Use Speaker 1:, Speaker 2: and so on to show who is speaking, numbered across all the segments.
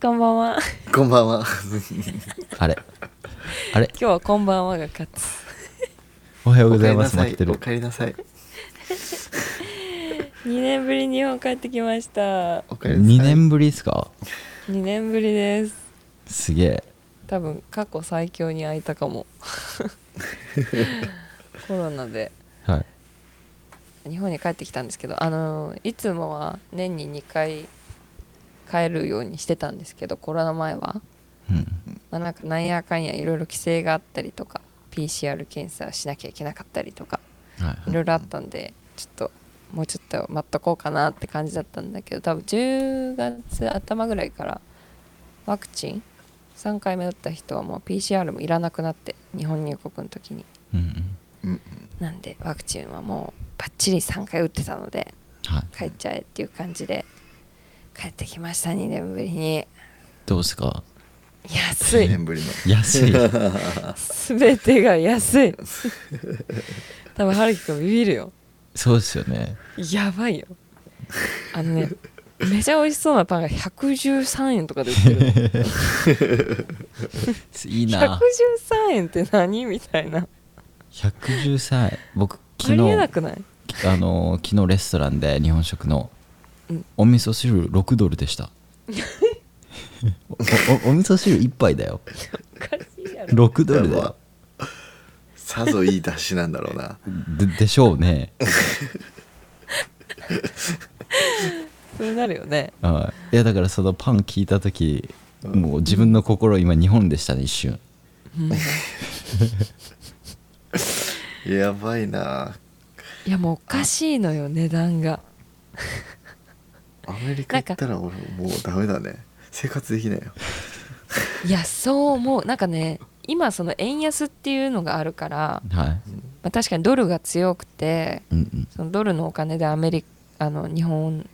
Speaker 1: こんばんは。
Speaker 2: こんばんは。
Speaker 3: あれあれ
Speaker 1: 今日はこんばんはが勝つ。
Speaker 3: おはよう
Speaker 2: おか
Speaker 3: ござい
Speaker 2: えり
Speaker 3: ま
Speaker 2: な
Speaker 3: す
Speaker 2: さ
Speaker 3: 負け
Speaker 2: い
Speaker 3: て。
Speaker 2: お
Speaker 3: る
Speaker 2: かえりなさい。
Speaker 1: 2年ぶりに日本帰ってきました。
Speaker 2: おかえりなさい。
Speaker 3: 2年ぶりですか
Speaker 1: 2年ぶりです。
Speaker 3: すげえ
Speaker 1: 多分過去最強に会いたかも。 コロナで
Speaker 3: はい
Speaker 1: 日本に帰ってきたんですけど、あのいつもは年に2回帰るようにしてたんですけど、コロナ前は、
Speaker 3: うん
Speaker 1: まあ、なんかなんやかんやいろいろ規制があったりとか、PCR 検査しなきゃいけなかったりとか。
Speaker 3: はい
Speaker 1: いろいろあったんでちょっともうちょっと待っとこうかなって感じだったんだけど多分10月頭ぐらいからワクチン3回目打った人はもう PCR もいらなくなって日本入国の時に
Speaker 3: うんうん
Speaker 2: うんうん
Speaker 1: なんでワクチンはもうバッチリ3回打ってたので
Speaker 3: はい
Speaker 1: 帰っちゃえっていう感じで帰ってきました2年ぶりに
Speaker 3: どうですか
Speaker 1: 安
Speaker 2: 2
Speaker 1: い
Speaker 2: 年ぶりの。
Speaker 3: 安い
Speaker 1: 全てが安い多分春樹くんビビるよ
Speaker 3: そうですよね
Speaker 1: やばいよあの ねめちゃ美味しそうなパンが113円とかで売ってるの
Speaker 3: いい
Speaker 1: 113
Speaker 3: な
Speaker 1: 円って何みたいな
Speaker 3: 113円僕
Speaker 1: あ
Speaker 3: 昨
Speaker 1: りえな
Speaker 3: 日
Speaker 1: くない
Speaker 3: あのー昨日レストランで日本食の
Speaker 1: うん
Speaker 3: お味噌汁6ドルでした おおお味噌汁1杯だよ
Speaker 1: おかしいやろ
Speaker 3: 6ドルだよ
Speaker 2: さぞいい出汁なんだろうな。
Speaker 3: ででしょうね、
Speaker 1: そうなるよね
Speaker 3: はい、いやだからそのパン聞いた時もう自分の心今日本でしたね一瞬
Speaker 2: やばいな。
Speaker 1: いやもうおかしいのよ値段が
Speaker 2: アメリカ行ったら俺もうダメだね。生活できないよ。
Speaker 1: いやそう思うなんかね今その円安っていうのがあるから、
Speaker 3: はい
Speaker 1: まあ、確かにドルが強くて
Speaker 3: うんうん
Speaker 1: そのドルのお金でアメリあの日本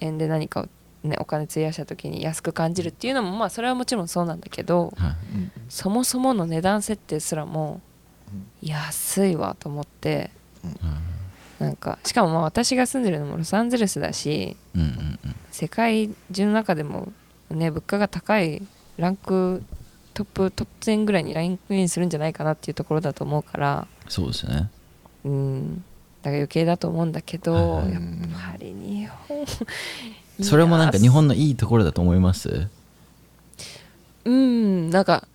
Speaker 1: 円で何かを、ね、お金費やした時に安く感じるっていうのもまあそれはもちろんそうなんだけど、
Speaker 3: はい
Speaker 2: うん
Speaker 1: そもそもの値段設定すらも安いわと思ってなんかしかもまあ私が住んでるのもロサンゼルスだし
Speaker 3: うんうんうん
Speaker 1: 世界中の中でもね物価が高いランクトップトップ10ぐらいにランクインするんじゃないかなっていうところだと思うから
Speaker 3: そうですね
Speaker 1: うんだから余計だと思うんだけど
Speaker 3: はいはい
Speaker 1: やっぱり日本いや
Speaker 3: それもなんか日本のいいところだと思います
Speaker 1: うんなんか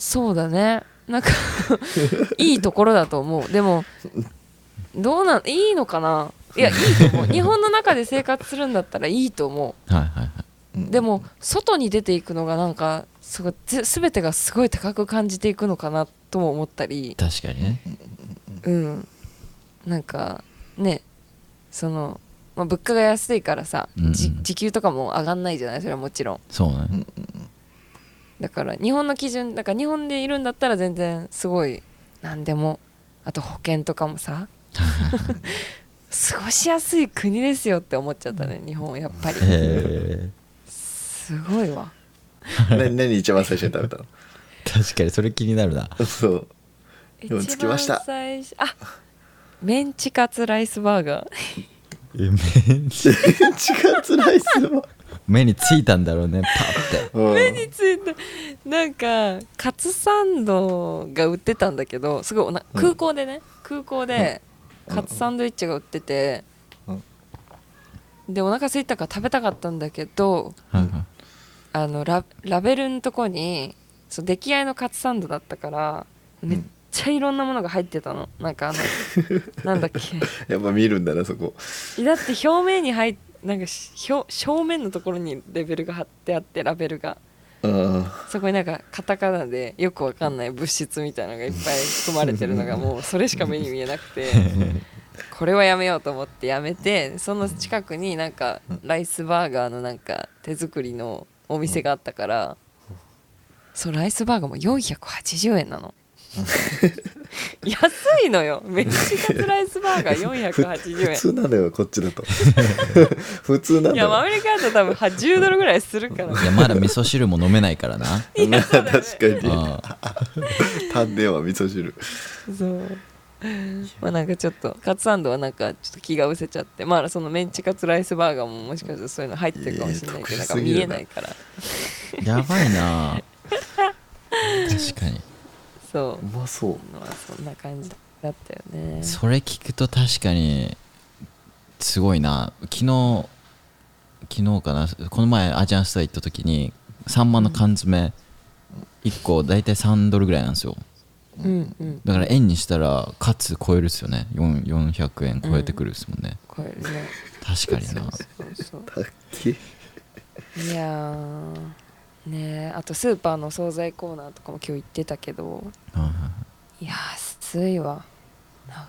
Speaker 1: そうだねなん かいいところだと思うでもどうなんいいのかないやいいと 思う日本の中で生活するんだったらいいと思
Speaker 3: はいはいは
Speaker 2: うん
Speaker 1: うでも外に出ていくのがなんかすごいぜ全てがすごい高く感じていくのかなとも思ったり
Speaker 3: い確かにね
Speaker 1: うんなんかねその、まあ、物価が安いからさ、じ
Speaker 3: うんうん
Speaker 1: 時給とかも上がんないじゃないそれはもちろん
Speaker 3: そうね、
Speaker 2: うん
Speaker 1: だから日本の基準だから日本でいるんだったら全然すごい何でもあと保険とかもさ過ごしやすい国ですよって思っちゃったね日本やっぱり
Speaker 3: え
Speaker 1: すごいわ
Speaker 2: 何何一番最初に食べた
Speaker 3: ー、確かにそれ気になるな
Speaker 2: の そう。
Speaker 1: 一
Speaker 2: でも着きました
Speaker 1: 番最初あメンチカツライスバー ガー
Speaker 3: え目に
Speaker 2: 1月ライスは。
Speaker 3: 目についたんだろうねパって
Speaker 2: うん
Speaker 1: 目についたなんかカツサンドが売ってたんだけどすごいおな空港でね、空港でカツサンドイッチが売ってて、
Speaker 2: うん
Speaker 1: でお腹空いたから食べたかったんだけど
Speaker 3: はいはい
Speaker 1: あのララベルのとこにそう出来合いのカツサンドだったからめっちゃいろんなものが入ってたのなんかあのなんだっけ
Speaker 2: やっぱ見るんだなそこ。
Speaker 1: だって表面に入っなんかし表正面のところにレベルが貼ってあってラベルが
Speaker 2: うん。
Speaker 1: そこになんかカタカナでよくわかんない物質みたいなのがいっぱい含まれてるのがもうそれしか目に見えなくてこれはやめようと思ってやめてその近くになんかライスバーガーのなんか手作りのお店があったからそうライスバーガーも480円なの安いのよメキシカツライスバーガー480
Speaker 2: 普
Speaker 1: 円
Speaker 2: 通なのよこっちだ と。普通なの
Speaker 1: いや
Speaker 2: よ
Speaker 1: ア。メリカだと多分10ドルぐらいするから
Speaker 3: いやまだ味噌汁も飲めないからな
Speaker 2: まあ確かに
Speaker 3: あ
Speaker 2: 丹念は味噌汁
Speaker 1: そうまあなんかちょっとカツサンドはなんかちょっと気がうせちゃってまあそのメンチカツライスバーガーももしかしたらそういうの入ってるかもしれないけど
Speaker 2: いや
Speaker 1: ないん
Speaker 2: や
Speaker 1: か見えないから
Speaker 3: やばいな確かに
Speaker 1: そう
Speaker 2: うまそう
Speaker 1: まあそんな感じだったよね
Speaker 3: それ聞くと確かにすごいな昨日昨日かなこの前アジアンスター行った時にサンマの缶詰1個大体3ドルぐらいなんですよ
Speaker 1: うんうん
Speaker 3: だから円にしたらカツ超えるっすよね4 400円超えてくるっすもんね、
Speaker 1: これね
Speaker 3: 確かにな
Speaker 1: そうそう
Speaker 2: たっけ
Speaker 1: いやーねえあとスーパーの惣菜コーナーとかも今日行ってたけど
Speaker 3: はいはいはい
Speaker 1: やー安いわなんか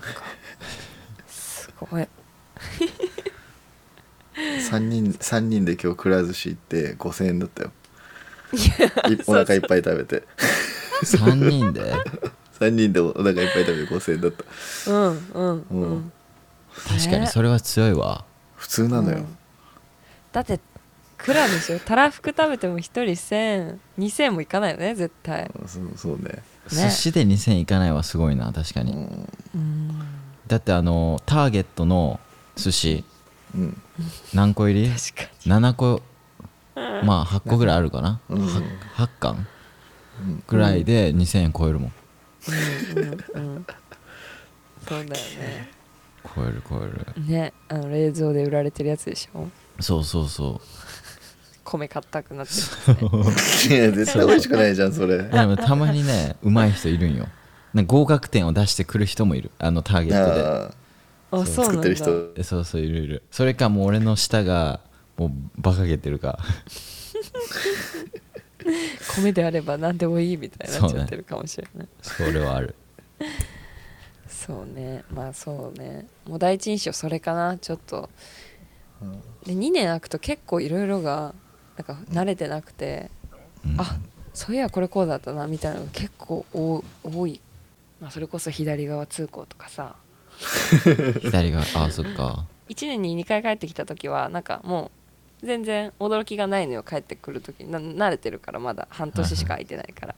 Speaker 1: すごい
Speaker 2: 3人三人で今日くら寿司行って5000円だったよいお腹いっぱい食べて
Speaker 3: い3人で
Speaker 2: 3人でお腹いっぱい食べて5000円だった
Speaker 1: うんうんう、
Speaker 2: うんん
Speaker 3: 確かにそれは強いわ
Speaker 2: 普通なのよ、
Speaker 1: うんだってクラでしょたらふく食べても1人10002000もいかないよね絶対
Speaker 2: そうそうね
Speaker 1: ね
Speaker 3: 寿司で2000いかないはすごいな確か
Speaker 2: う
Speaker 3: に
Speaker 2: ん、
Speaker 1: うん
Speaker 3: だってあのターゲットの寿司
Speaker 2: うん
Speaker 3: 何個入り
Speaker 1: 確か
Speaker 3: 7個まあ8個ぐらいあるかな
Speaker 2: うん
Speaker 3: 8巻
Speaker 2: うん
Speaker 3: ぐらいで2000円超えるもん
Speaker 1: にうんうんうんそうだよね
Speaker 3: 超える超える
Speaker 1: ねあの冷蔵で売られてるやつでしょ
Speaker 3: そうそうそ
Speaker 1: 米硬くなって
Speaker 2: いや絶対美味しくないじゃんそれ
Speaker 3: ういやでもたまに ねうまい人いるんよなんか合格点を出してくる人もいるあのターゲットで
Speaker 2: あ
Speaker 1: あ
Speaker 2: あ
Speaker 1: そうなん
Speaker 2: 作っ
Speaker 1: だ
Speaker 2: てる人
Speaker 3: えそうそういるいるそれかもう俺の舌がもうバカげてる か
Speaker 1: 米であれば何でもいいみたいになっちゃってるかもしれない
Speaker 3: それはある
Speaker 1: そうねまあそうねもう第一印象それかなちょっと
Speaker 2: うん
Speaker 1: で2年空くと結構いろいろがなんか慣れてなくて、
Speaker 3: うん
Speaker 1: あそういやこれこうだったなみたいなのが結構多多い、まあ、それこそ左側通行とかさ
Speaker 3: 左があそっか
Speaker 1: 1年に2回帰ってきた時はなんかもう全然驚きがないのよ帰ってくる時な慣れてるからまだ半年しか空いてないから、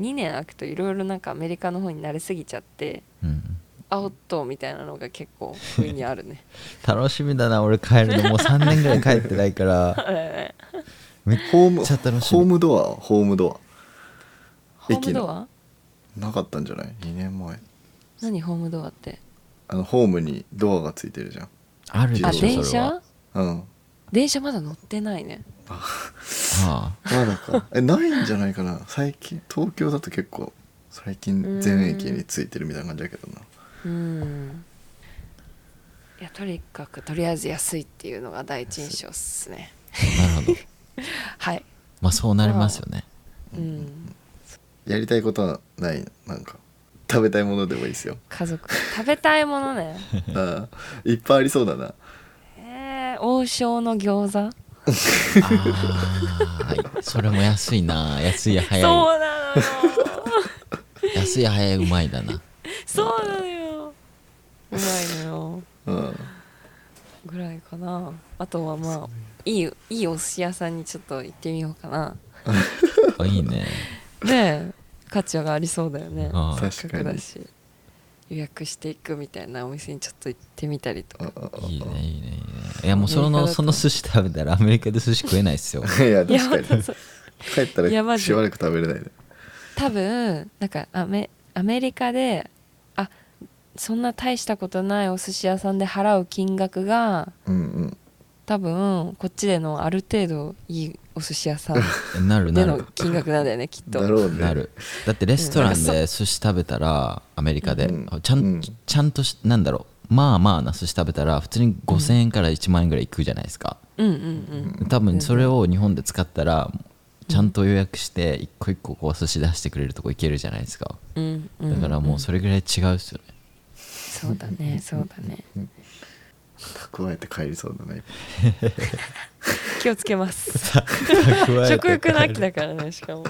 Speaker 1: 2年空くといろいろなんかアメリカの方に慣れすぎちゃって
Speaker 3: うん
Speaker 1: あおっとみたいなのが結構不意にある ね
Speaker 3: 楽しみだな俺帰るのもう3年ぐらい帰ってないから めっ
Speaker 2: ホーム
Speaker 3: ちゃ楽し
Speaker 2: ホー
Speaker 3: み
Speaker 2: ムドアホームド
Speaker 1: ホームドア
Speaker 2: アなかったんじゃない2年前
Speaker 1: 何ホームドアって
Speaker 2: あのホームにドアがついてるじゃん
Speaker 3: あるでしょ
Speaker 1: あ
Speaker 3: それは
Speaker 1: 電車
Speaker 2: うん
Speaker 1: 電車まだ乗ってないね
Speaker 3: ああ
Speaker 2: まだかえないんじゃないかな最近東京だと結構最近全駅についてるみたいな感じだけどな
Speaker 1: うんいやとにかくとりあえず安いっていうのが第一印象っすね
Speaker 3: なるほど
Speaker 1: はい
Speaker 3: まあそうなりますよね
Speaker 1: うん
Speaker 2: やりたいことはないなんか食べたいものでもいいです よ
Speaker 1: 家族食べたいものね
Speaker 2: あーいっぱいありそうだな
Speaker 1: えー、王将の餃子
Speaker 3: ああそれも安いな安い早い
Speaker 1: そうなのよ
Speaker 3: 安い早いうまいだな
Speaker 1: そうなのようまいのよ
Speaker 2: うん
Speaker 1: ぐらいかなあとはまあいいいいお寿司屋さんにちょっと行ってみようか な
Speaker 3: あいいね
Speaker 1: ねえ価値がありそうだよね
Speaker 3: ああ
Speaker 1: せっかくだし予約していくみたいなお店にちょっと行ってみたりと
Speaker 2: あ
Speaker 1: か
Speaker 2: あ
Speaker 3: いいねいいねいいねいやもうそ
Speaker 1: アメリカだ
Speaker 3: の
Speaker 1: と
Speaker 3: その寿司食べたらアメリカで寿司食えないっすよ
Speaker 2: あいや
Speaker 1: いや
Speaker 2: 確か
Speaker 1: 本
Speaker 2: に
Speaker 1: 当そう
Speaker 2: 帰った
Speaker 1: いやマ
Speaker 2: ら
Speaker 1: ジ
Speaker 2: しばらく食べれないね
Speaker 1: 多分なんかアメアメリカであそんな大したことないお寿司屋さんで払う金額が
Speaker 2: うんうん
Speaker 1: 多分こっちでのある程度いいお寿司屋さん
Speaker 3: な るな
Speaker 1: で
Speaker 3: る
Speaker 1: の金額なんだよねきっと
Speaker 2: だろうね
Speaker 3: なるだってレストラン
Speaker 1: うんな
Speaker 3: で寿司食べたらアメリカで、
Speaker 2: うん
Speaker 3: ちゃん
Speaker 2: うん
Speaker 3: ちゃんとしなんだろうまあまあな寿司食べたら普通に5000円から1万円ぐらいいくじゃないですか、
Speaker 1: うんうん
Speaker 3: 多分それを日本で使ったらちゃんと予約して一個一個こう寿司出してくれるとこ行けるじゃないですか
Speaker 1: うんうんうん
Speaker 3: だからもうそれぐらい違うっすよね、
Speaker 1: そうだねそうだね
Speaker 2: 蓄えて帰りそうだね
Speaker 1: 気をつけます
Speaker 3: 蓄えて
Speaker 1: 食欲の秋だからねしかも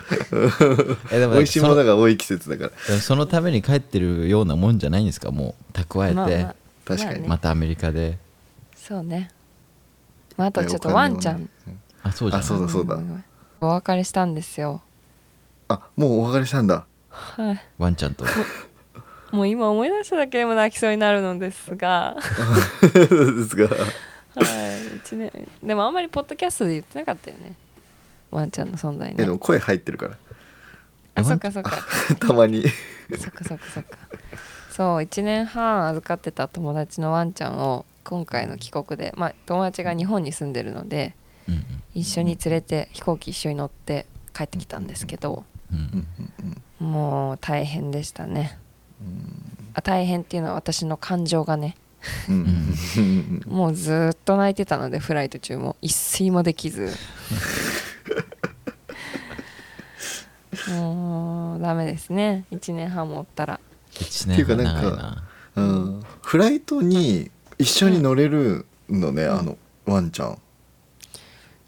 Speaker 3: えでも
Speaker 2: 美味しいも
Speaker 3: そ
Speaker 2: の
Speaker 3: の
Speaker 2: が多い季節だから
Speaker 3: でもそのために帰ってるようなもんじゃないんですかもう蓄えて、
Speaker 1: ま
Speaker 3: ま
Speaker 1: あまあ
Speaker 2: 確かに
Speaker 1: まあね
Speaker 3: またアメリカで
Speaker 1: そうね、まあ、あとちょっとワンちゃん、
Speaker 3: あそうじゃん
Speaker 2: あそうだそうだ
Speaker 1: ごめんごめんお別れしたんですよ
Speaker 2: あもうお別れした んだ
Speaker 1: はい
Speaker 3: ワンちゃんと
Speaker 1: もう今思い出しただけでも泣きそうになるのですが
Speaker 2: そうですが
Speaker 1: はい一年でもあんまりポッドキャストで言ってなかったよねワンちゃんの存在
Speaker 2: えでも
Speaker 1: ね
Speaker 2: 声入ってるから
Speaker 1: あそっかそっか
Speaker 2: たまに
Speaker 1: そっかそっかそっかそう1年半預かってた友達のワンちゃんを今回の帰国でまあ友達が日本に住んでるので
Speaker 3: うんうん
Speaker 1: 一緒に連れて飛行機一緒に乗って帰ってきたんですけど
Speaker 3: うん
Speaker 2: うんうんうん
Speaker 1: もう大変でしたね
Speaker 2: うん
Speaker 1: あ大変っていうのは私の感情がね
Speaker 2: うんうん
Speaker 1: もうずーっと泣いてたのでフライト中も一睡もでき ずもうダメですね1年半もおったら
Speaker 3: 1年半長い
Speaker 2: っていうかなん
Speaker 3: な
Speaker 2: うんうんフライトに一緒に乗れるのね、あのワンちゃん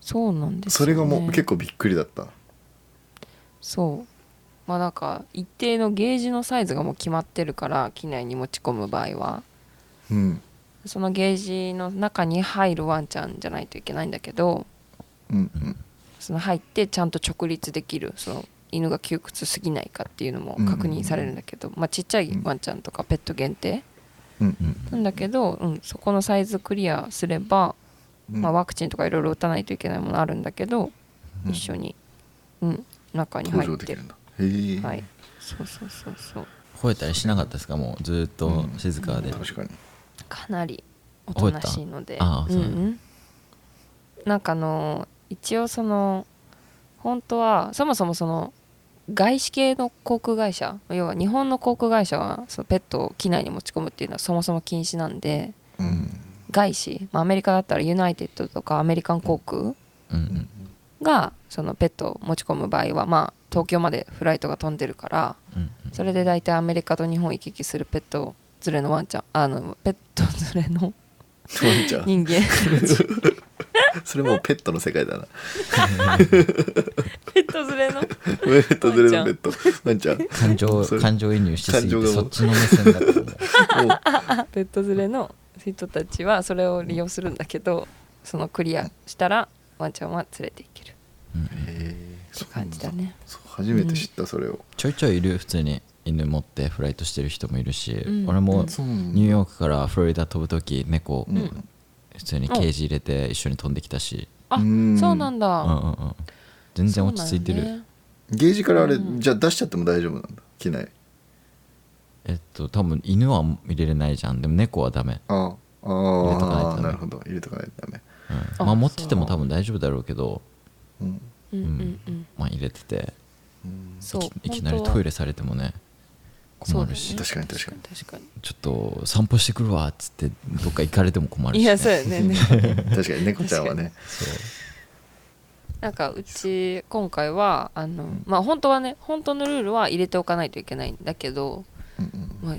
Speaker 1: そうなんです
Speaker 2: そ
Speaker 1: よ、ね、
Speaker 2: れがもう結構びっくりだった
Speaker 1: そうまあなんか一定のゲージのサイズがもう決まってるから機内に持ち込む場合は
Speaker 2: うん
Speaker 1: そのゲージの中に入るワンちゃんじゃないといけないんだけど
Speaker 2: うんうん
Speaker 1: その入ってちゃんと直立できるその犬が窮屈すぎないかっていうのも確認されるんだけど、まあ、ちっちゃいワンちゃんとかペット限定
Speaker 2: うん
Speaker 1: なんだけど、うん、そこのサイズクリアすれば、
Speaker 2: うん
Speaker 1: まあ、ワクチンとかいろいろ打たないといけないものあるんだけど、
Speaker 2: うん
Speaker 1: 一緒に、うん、中に
Speaker 2: 登
Speaker 1: 入っ
Speaker 2: 場でき
Speaker 1: て
Speaker 2: るんだへえ、
Speaker 1: はい、そうそうそうそう
Speaker 3: 吠えたりしなかったですかもうずーっと静かで、
Speaker 2: 確かに
Speaker 1: かなりおとなしいので
Speaker 3: 覚え
Speaker 1: うん
Speaker 3: てたああそう
Speaker 1: うん、なんかあの一応その本当はそもそもその外資系の航空会社要は日本の航空会社はそのペットを機内に持ち込むっていうのはそもそも禁止なんで
Speaker 2: うん
Speaker 1: 外資、まあ、アメリカだったらユナイテッドとかアメリカン航空
Speaker 3: うんうん
Speaker 1: がそのペットを持ち込む場合はまあ東京までフライトが飛んでるから
Speaker 3: うん
Speaker 1: それで大体アメリカと日本行き来するペット連れのワンちゃんあのペット連れの
Speaker 2: ワンちゃん
Speaker 1: 人 間
Speaker 2: それもうペットの世界だ な
Speaker 1: ペット連れの
Speaker 2: ウェットズレのペットワンちゃんも
Speaker 3: 感 情
Speaker 2: それ
Speaker 3: 感情移入しす
Speaker 2: 感
Speaker 3: ぎ
Speaker 2: 情
Speaker 3: て
Speaker 2: がもう
Speaker 3: そっちの目線だったもう
Speaker 2: う
Speaker 1: ペット連れの人たちはそれを利用するんだけどそのクリアしたらワンちゃんは連れていける
Speaker 3: うん
Speaker 2: へえ
Speaker 1: って感じだね
Speaker 2: そう初めて知ったそれを、
Speaker 3: ちょいちょいいる普通に犬持ってフライトしてる人もいるし、
Speaker 1: うん
Speaker 3: 俺も
Speaker 2: うなん
Speaker 3: ニューヨークからフロリダ飛ぶ時猫
Speaker 2: うん
Speaker 1: うん
Speaker 3: 普通にケージ入れて一緒に飛んできたし、
Speaker 1: あ
Speaker 2: うん
Speaker 1: そうなんだ、
Speaker 3: うんうんうん、全然落ち着いてる、
Speaker 1: そうなんだね
Speaker 2: ゲージからあれ、
Speaker 1: うん
Speaker 2: じゃあ出しちゃっても大丈夫なんだ機内
Speaker 3: えっと多分犬は入れれないじゃんでも猫はダメ、
Speaker 2: ああ
Speaker 3: 入れとかない
Speaker 2: あ
Speaker 3: とダ
Speaker 2: あ
Speaker 3: メ
Speaker 2: なるほど入れとかないとダメ、
Speaker 3: うん
Speaker 1: あ
Speaker 3: まあ持ってても
Speaker 1: そう
Speaker 3: 多分大丈夫だろうけど
Speaker 2: うん
Speaker 1: うんうんうん
Speaker 3: まあ入れてて
Speaker 2: うん
Speaker 1: そう
Speaker 3: いきなりトイレされてもね困る
Speaker 1: そ
Speaker 3: し、
Speaker 1: うだね
Speaker 2: 確かに確かに
Speaker 1: 確かに
Speaker 3: ちょっと散歩してくるわっつってどっか行かれても困るし、
Speaker 1: い
Speaker 3: ね、
Speaker 1: やそうやね
Speaker 2: 確かに猫ちゃんはね
Speaker 3: そう
Speaker 1: なんかうち今回はあの、まあ本当はね本当のルールは入れておかないといけないんだけど、
Speaker 2: うんうん
Speaker 1: まあ、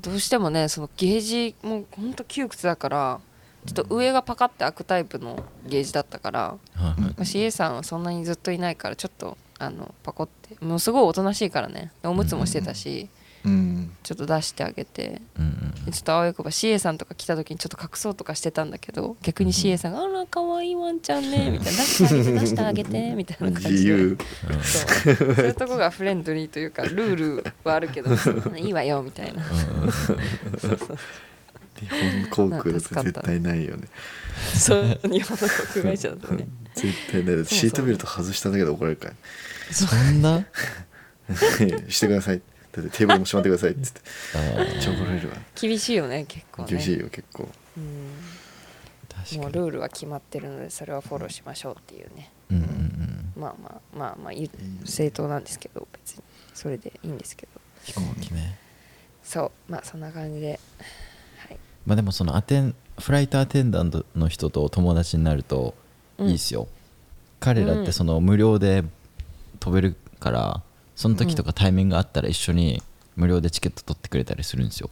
Speaker 1: どうしてもねそのゲージもほんと窮屈だからちょっと上がパカって開くタイプのゲージだったから、
Speaker 3: はいはい
Speaker 1: まあ、CA さんはそんなにずっといないからちょっとあのパコってもうすごいおとなしいからねおむつもしてたし、
Speaker 2: うん
Speaker 1: ちょっと出してあげて
Speaker 3: うんうん
Speaker 1: でちょっとあわよくば CA さんとか来た時にちょっと隠そうとかしてたんだけど逆に CA さんが「あらかわいいワンちゃんね」みたいな「出してあげて出してあげて」みたいな感
Speaker 2: 自
Speaker 1: じで
Speaker 2: 由
Speaker 1: そうそういうとこがフレンドリーというかルールはあるけどそんなのいいわよみたいな
Speaker 3: うんうん
Speaker 2: 日本航空だと絶対ないよね
Speaker 1: そう日本の航空会社だとね
Speaker 2: 絶対ないシートベルト外しただけで怒られるから
Speaker 3: そ んな
Speaker 2: してくださいだってテーブルもしまってくださいっつって
Speaker 3: あ
Speaker 2: め
Speaker 3: ー
Speaker 2: っちゃ怒られるわ
Speaker 1: 厳しいよね結構ね
Speaker 2: 厳しいよ結構
Speaker 1: うん
Speaker 3: 確
Speaker 1: もう
Speaker 3: かに
Speaker 1: ルールは決まってるのでそれはフォローしましょうっていうね
Speaker 3: うんうんうん
Speaker 1: まあまあまあまあ言う正当なんですけど別にそれでいいんですけど
Speaker 3: 飛行機ね
Speaker 1: そうまあそんな感じではい
Speaker 3: まあでもそのアテンフライトアテンダントの人と友達になるといいっすよ、彼らっ
Speaker 1: う
Speaker 3: て
Speaker 1: ん
Speaker 3: その無料で飛べるからその時とかタイミングがあったら一緒に無料でチケット取ってくれたりするんですよ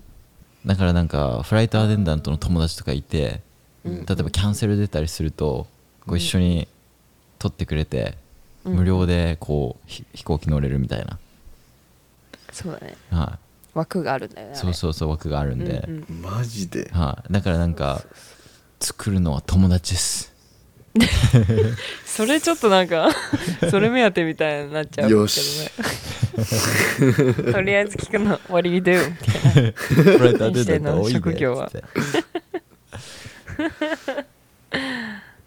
Speaker 3: だからなんかフライトアテンダントの友達とかいて、
Speaker 1: うん
Speaker 3: 例えばキャンセル出たりするとこう一緒に取ってくれて、
Speaker 1: うん
Speaker 3: 無料でこうひ飛行機乗れるみたいな、
Speaker 1: そうだね
Speaker 3: は
Speaker 1: 枠があるんだよねあ
Speaker 3: い、
Speaker 1: れ
Speaker 3: そうそうそう枠があるんで、
Speaker 1: うんうん
Speaker 2: マジで
Speaker 3: はい、だからなんか作るのは友達です
Speaker 1: それちょっとなんか それ目当てみたいになっちゃうけど
Speaker 2: よ
Speaker 1: ね
Speaker 2: し
Speaker 1: とりあえず聞くの終わり だよみたいな
Speaker 3: フライトアテンダント多いね
Speaker 1: 職業は
Speaker 3: つって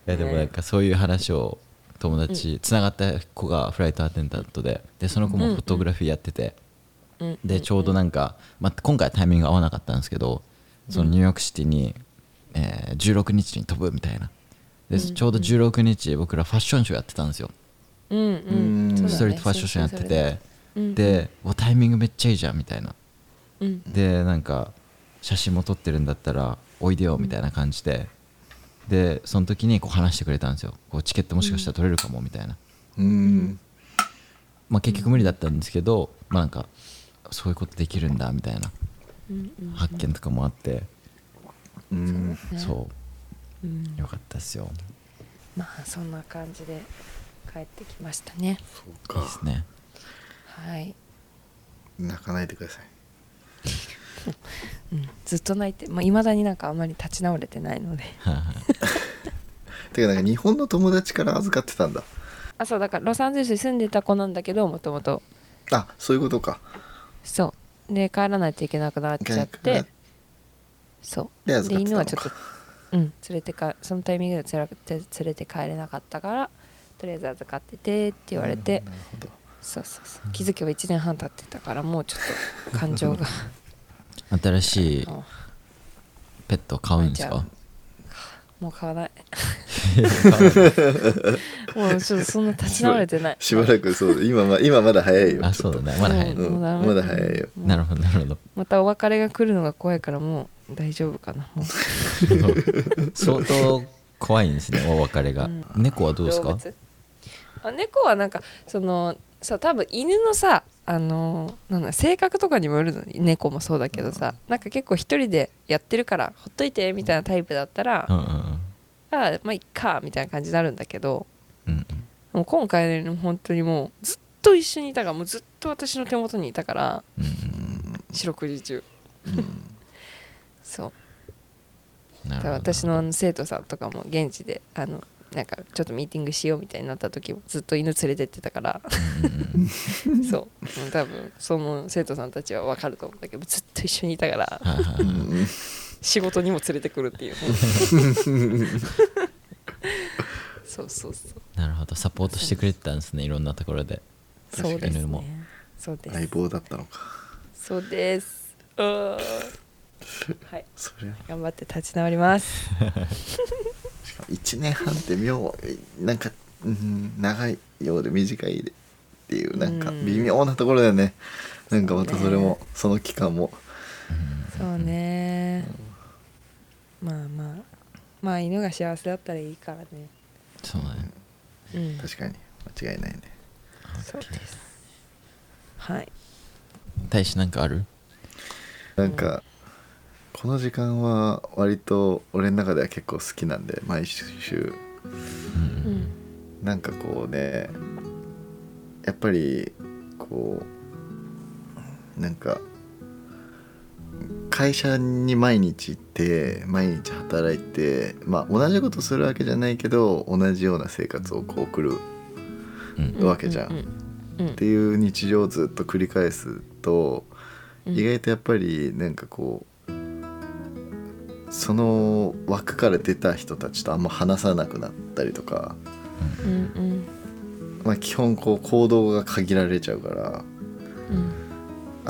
Speaker 3: いやでもなんかそういう話を友達つながった子がフライトアテンダントででその子もフォトグラフィーやってて
Speaker 1: うん
Speaker 3: でちょうどなんか、まあ、今回はタイミング合わなかったんですけどそのニューヨークシティに、えー16日に飛ぶみたいなでちょうど16日僕らファッションショーやってたんですよ
Speaker 1: うんうん
Speaker 2: う
Speaker 1: そ
Speaker 2: ん
Speaker 1: うだね
Speaker 3: ストリートファッションショーやってて
Speaker 1: うんうん
Speaker 3: でおタイミングめっちゃいいじゃんみたいな
Speaker 1: うん
Speaker 3: でなんか写真も撮ってるんだったらおいでよみたいな感じででその時にこう話してくれたんですよこうチケットもしかしたら取れるかもみたいな、
Speaker 2: うん
Speaker 3: まあ、結局無理だったんですけど、まあ、なんかそういうことできるんだみたいな
Speaker 1: うんうん
Speaker 3: 発見とかもあって、
Speaker 2: うん
Speaker 1: ね
Speaker 3: そ
Speaker 1: うん
Speaker 3: うよかったっすよ
Speaker 1: まあそんな感じで帰ってきましたね
Speaker 2: そう
Speaker 3: いいです
Speaker 2: か
Speaker 3: ね
Speaker 1: はい、
Speaker 2: 泣かないでください
Speaker 1: うん、ずっと泣いてまあ、未だになんかあんまり立ち直れてないので
Speaker 3: はいはい
Speaker 2: てかなんか日本の友達から預かってたんだ
Speaker 1: あそうだからロサンゼルスに住んでた子なんだけどもともと
Speaker 2: あそういうことか
Speaker 1: そうで帰らないといけなくなっちゃっ
Speaker 2: 帰らな
Speaker 1: て
Speaker 2: く
Speaker 1: そう
Speaker 2: で
Speaker 1: で
Speaker 2: 預かってた
Speaker 1: 犬
Speaker 2: の
Speaker 1: は
Speaker 2: か
Speaker 1: ちょっとうん連れてかそのタイミングでつらくて連れて帰れなかったからとりあえず預かっててって言われて
Speaker 2: なるほど
Speaker 1: そうそうそう気づけば1年半経ってたからもうちょっと感 情が
Speaker 3: 新しい
Speaker 1: も
Speaker 3: ペットを飼うん ですか
Speaker 1: うもう買 わないもうちょっとそんな立ち直れてない
Speaker 2: しばらくそう今ま今まだ早いよ
Speaker 3: あ
Speaker 2: ちょ
Speaker 3: そ
Speaker 2: っと
Speaker 3: うだねまだ早い、
Speaker 1: うん
Speaker 2: うん
Speaker 1: もうダメ
Speaker 2: まだ早いよ
Speaker 1: もう
Speaker 3: なるほどなるほど
Speaker 1: またお別れが来るのが怖いからもう大丈夫かなもう
Speaker 3: 相当怖いんですねお別れが、
Speaker 1: うん
Speaker 3: 猫はどうです
Speaker 1: 動
Speaker 3: か
Speaker 1: 物あ猫はなんかそのさ多分犬のさあのなんだ性格とかにもよるのに猫もそうだけどさ、なんか結構一人でやってるからほっといてみたいなタイプだったら、
Speaker 3: うん
Speaker 1: あ
Speaker 3: うんうん
Speaker 1: あまあいっかみたいな感じになるんだけど
Speaker 3: うん
Speaker 1: もう今回の本当にもうずっと一緒にいたからもうずっと私の手元にいたから
Speaker 3: うん
Speaker 1: 四六時中
Speaker 2: うん
Speaker 1: そう
Speaker 3: うんな
Speaker 1: だ
Speaker 3: る
Speaker 1: か
Speaker 3: ほ
Speaker 1: ら
Speaker 3: ど
Speaker 1: 私のあの生徒さんとかも現地であのなんかちょっとミーティングしようみたいになった時もずっと犬連れてってたから
Speaker 3: うんうんうん
Speaker 1: そうもう多分その生徒さんたちは分かると思うんだけどずっと一緒にいたから
Speaker 3: はいはいは
Speaker 2: う
Speaker 3: い
Speaker 2: ん
Speaker 1: 仕事にも連れてくる っていうそうそうそう
Speaker 3: なるほどサポートしてくれてたんですねいろんなところで
Speaker 1: そうで
Speaker 3: 確かに
Speaker 1: す
Speaker 3: 犬も
Speaker 1: ねそうで
Speaker 2: 相
Speaker 1: す
Speaker 2: 棒だったのか
Speaker 1: そうですうーんはい
Speaker 2: それ
Speaker 1: 頑張って立ち直ります
Speaker 2: しかも1年半って妙なんか、うん、長いようで短いでっていうなんか
Speaker 1: うん
Speaker 2: 微妙なところだよねなんかまたそれも
Speaker 1: そう
Speaker 2: その期間も
Speaker 1: そうねまあまあまあ犬が幸せだったらいいからね
Speaker 3: そうね
Speaker 1: うん
Speaker 2: 確かに間違いないね
Speaker 1: そうですはい
Speaker 3: 大使なんかある
Speaker 2: なんかこの時間は割と俺の中では結構好きなんで毎週
Speaker 3: うん
Speaker 1: うん
Speaker 2: なんかこうねやっぱりこうなんか会社に毎日行って毎日働いてまあ同じことするわけじゃないけど同じような生活をこう送る
Speaker 3: うん
Speaker 2: わけじゃん。
Speaker 1: うん
Speaker 2: っていう日常をずっと繰り返すと
Speaker 1: うん
Speaker 2: 意外とやっぱりなんかこうその枠から出た人たちとあんま話さなくなったりとか。
Speaker 1: うんうん
Speaker 2: まあ、基本こう行動が限られちゃうから
Speaker 1: うん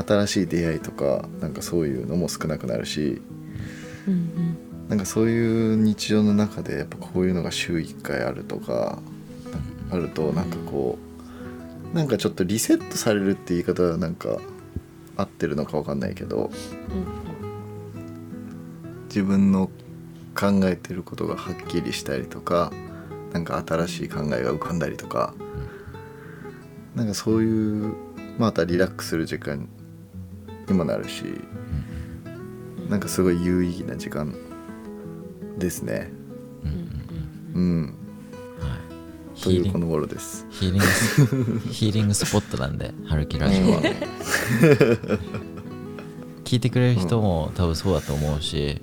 Speaker 2: 新しい出会いとかなんかそういうのも少なくなるし
Speaker 1: うん
Speaker 2: なんかそういう日常の中でやっぱこういうのが週1回あるとかあるとなんかこうなんかちょっとリセットされるって言い方はなんか合ってるのか分かんないけど
Speaker 1: うん
Speaker 2: 自分の考えてることがはっきりしたりとかなんか新しい考えが浮かんだりとか、なんかそういうまたリラックスする時間にもなるし、なんかすごい有意義な時間ですね
Speaker 3: うん
Speaker 1: うん
Speaker 2: うん
Speaker 3: はい
Speaker 2: と
Speaker 3: ヒ
Speaker 2: い
Speaker 3: ーリ
Speaker 2: うこ
Speaker 3: ング
Speaker 2: の頃です
Speaker 3: ヒーリングスヒーリングスポットなんで春樹ラジオは聞いてくれる人も多分そうだと思うし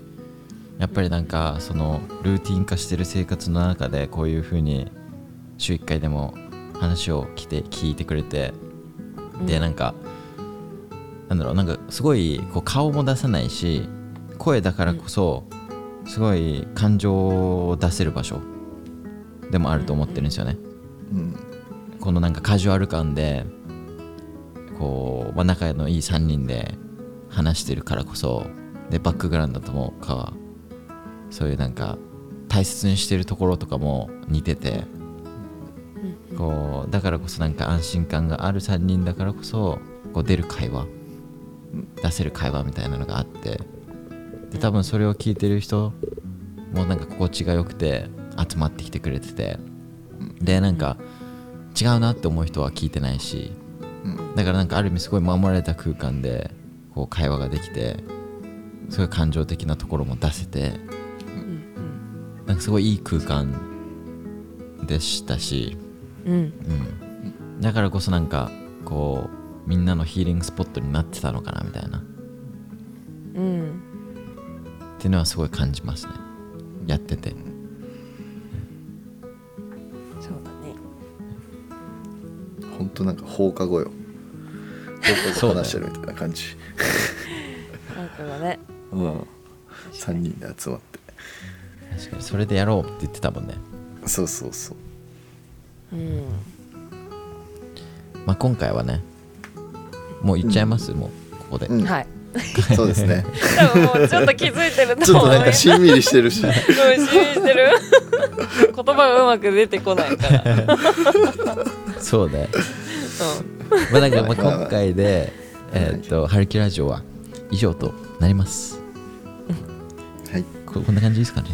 Speaker 3: やっぱりなんかそのルーティン化してる生活の中でこういうふうに週1回でも話を聞いて聞いてくれて
Speaker 1: うん
Speaker 3: でなんかなんだろうなんかすごいこう顔も出さないし声だからこそすごい感情を出せる場所でもあると思ってるんですよね。
Speaker 2: うん
Speaker 3: このなんかカジュアル感でこう、まあ、仲のいい3人で話してるからこそでバックグラウンドともかはそういうなんか大切にしてるところとかも似ててこうだからこそなんか安心感がある3人だからこそこう出る会話出せる会話みたいなのがあってで多分それを聞いてる人もなんか心地が良くて集まってきてくれててでなんか違うなって思う人は聞いてないし
Speaker 2: うん
Speaker 3: だからなんかある意味すごい守られた空間でこう会話ができてすごい感情的なところも出せて
Speaker 1: うん
Speaker 3: なんかすごいいい空間でしたし、
Speaker 1: うん
Speaker 3: うん、だからこそなんかこうみんなのヒーリングスポットになってたのかなみたいなっ
Speaker 1: うん
Speaker 3: ていうのはすごい感じますねやってて
Speaker 1: そうだね
Speaker 2: 本当なんか放課後よ放課後話してるみたいな感じ
Speaker 1: なんかだね
Speaker 2: う、ん、3人で集まって
Speaker 3: 確かにそれでやろうって言ってたもんね、
Speaker 2: そうそうそう
Speaker 1: うん
Speaker 3: まあ、今回はねもう言っちゃいます、もうここで、
Speaker 2: うん
Speaker 1: はい
Speaker 2: そうですね
Speaker 1: 多分もうちょっと気づいてる
Speaker 2: ち
Speaker 1: と
Speaker 2: ょっ
Speaker 1: 思う
Speaker 2: となん
Speaker 1: よ
Speaker 2: かしんみりしてるし
Speaker 1: ごいししてる 言葉がうまく出てこないから、うん、
Speaker 3: そうねまあなんかまあ今回で、えーっと、春樹ラジオは以上となります。
Speaker 2: はい
Speaker 3: ここんな感じですかね。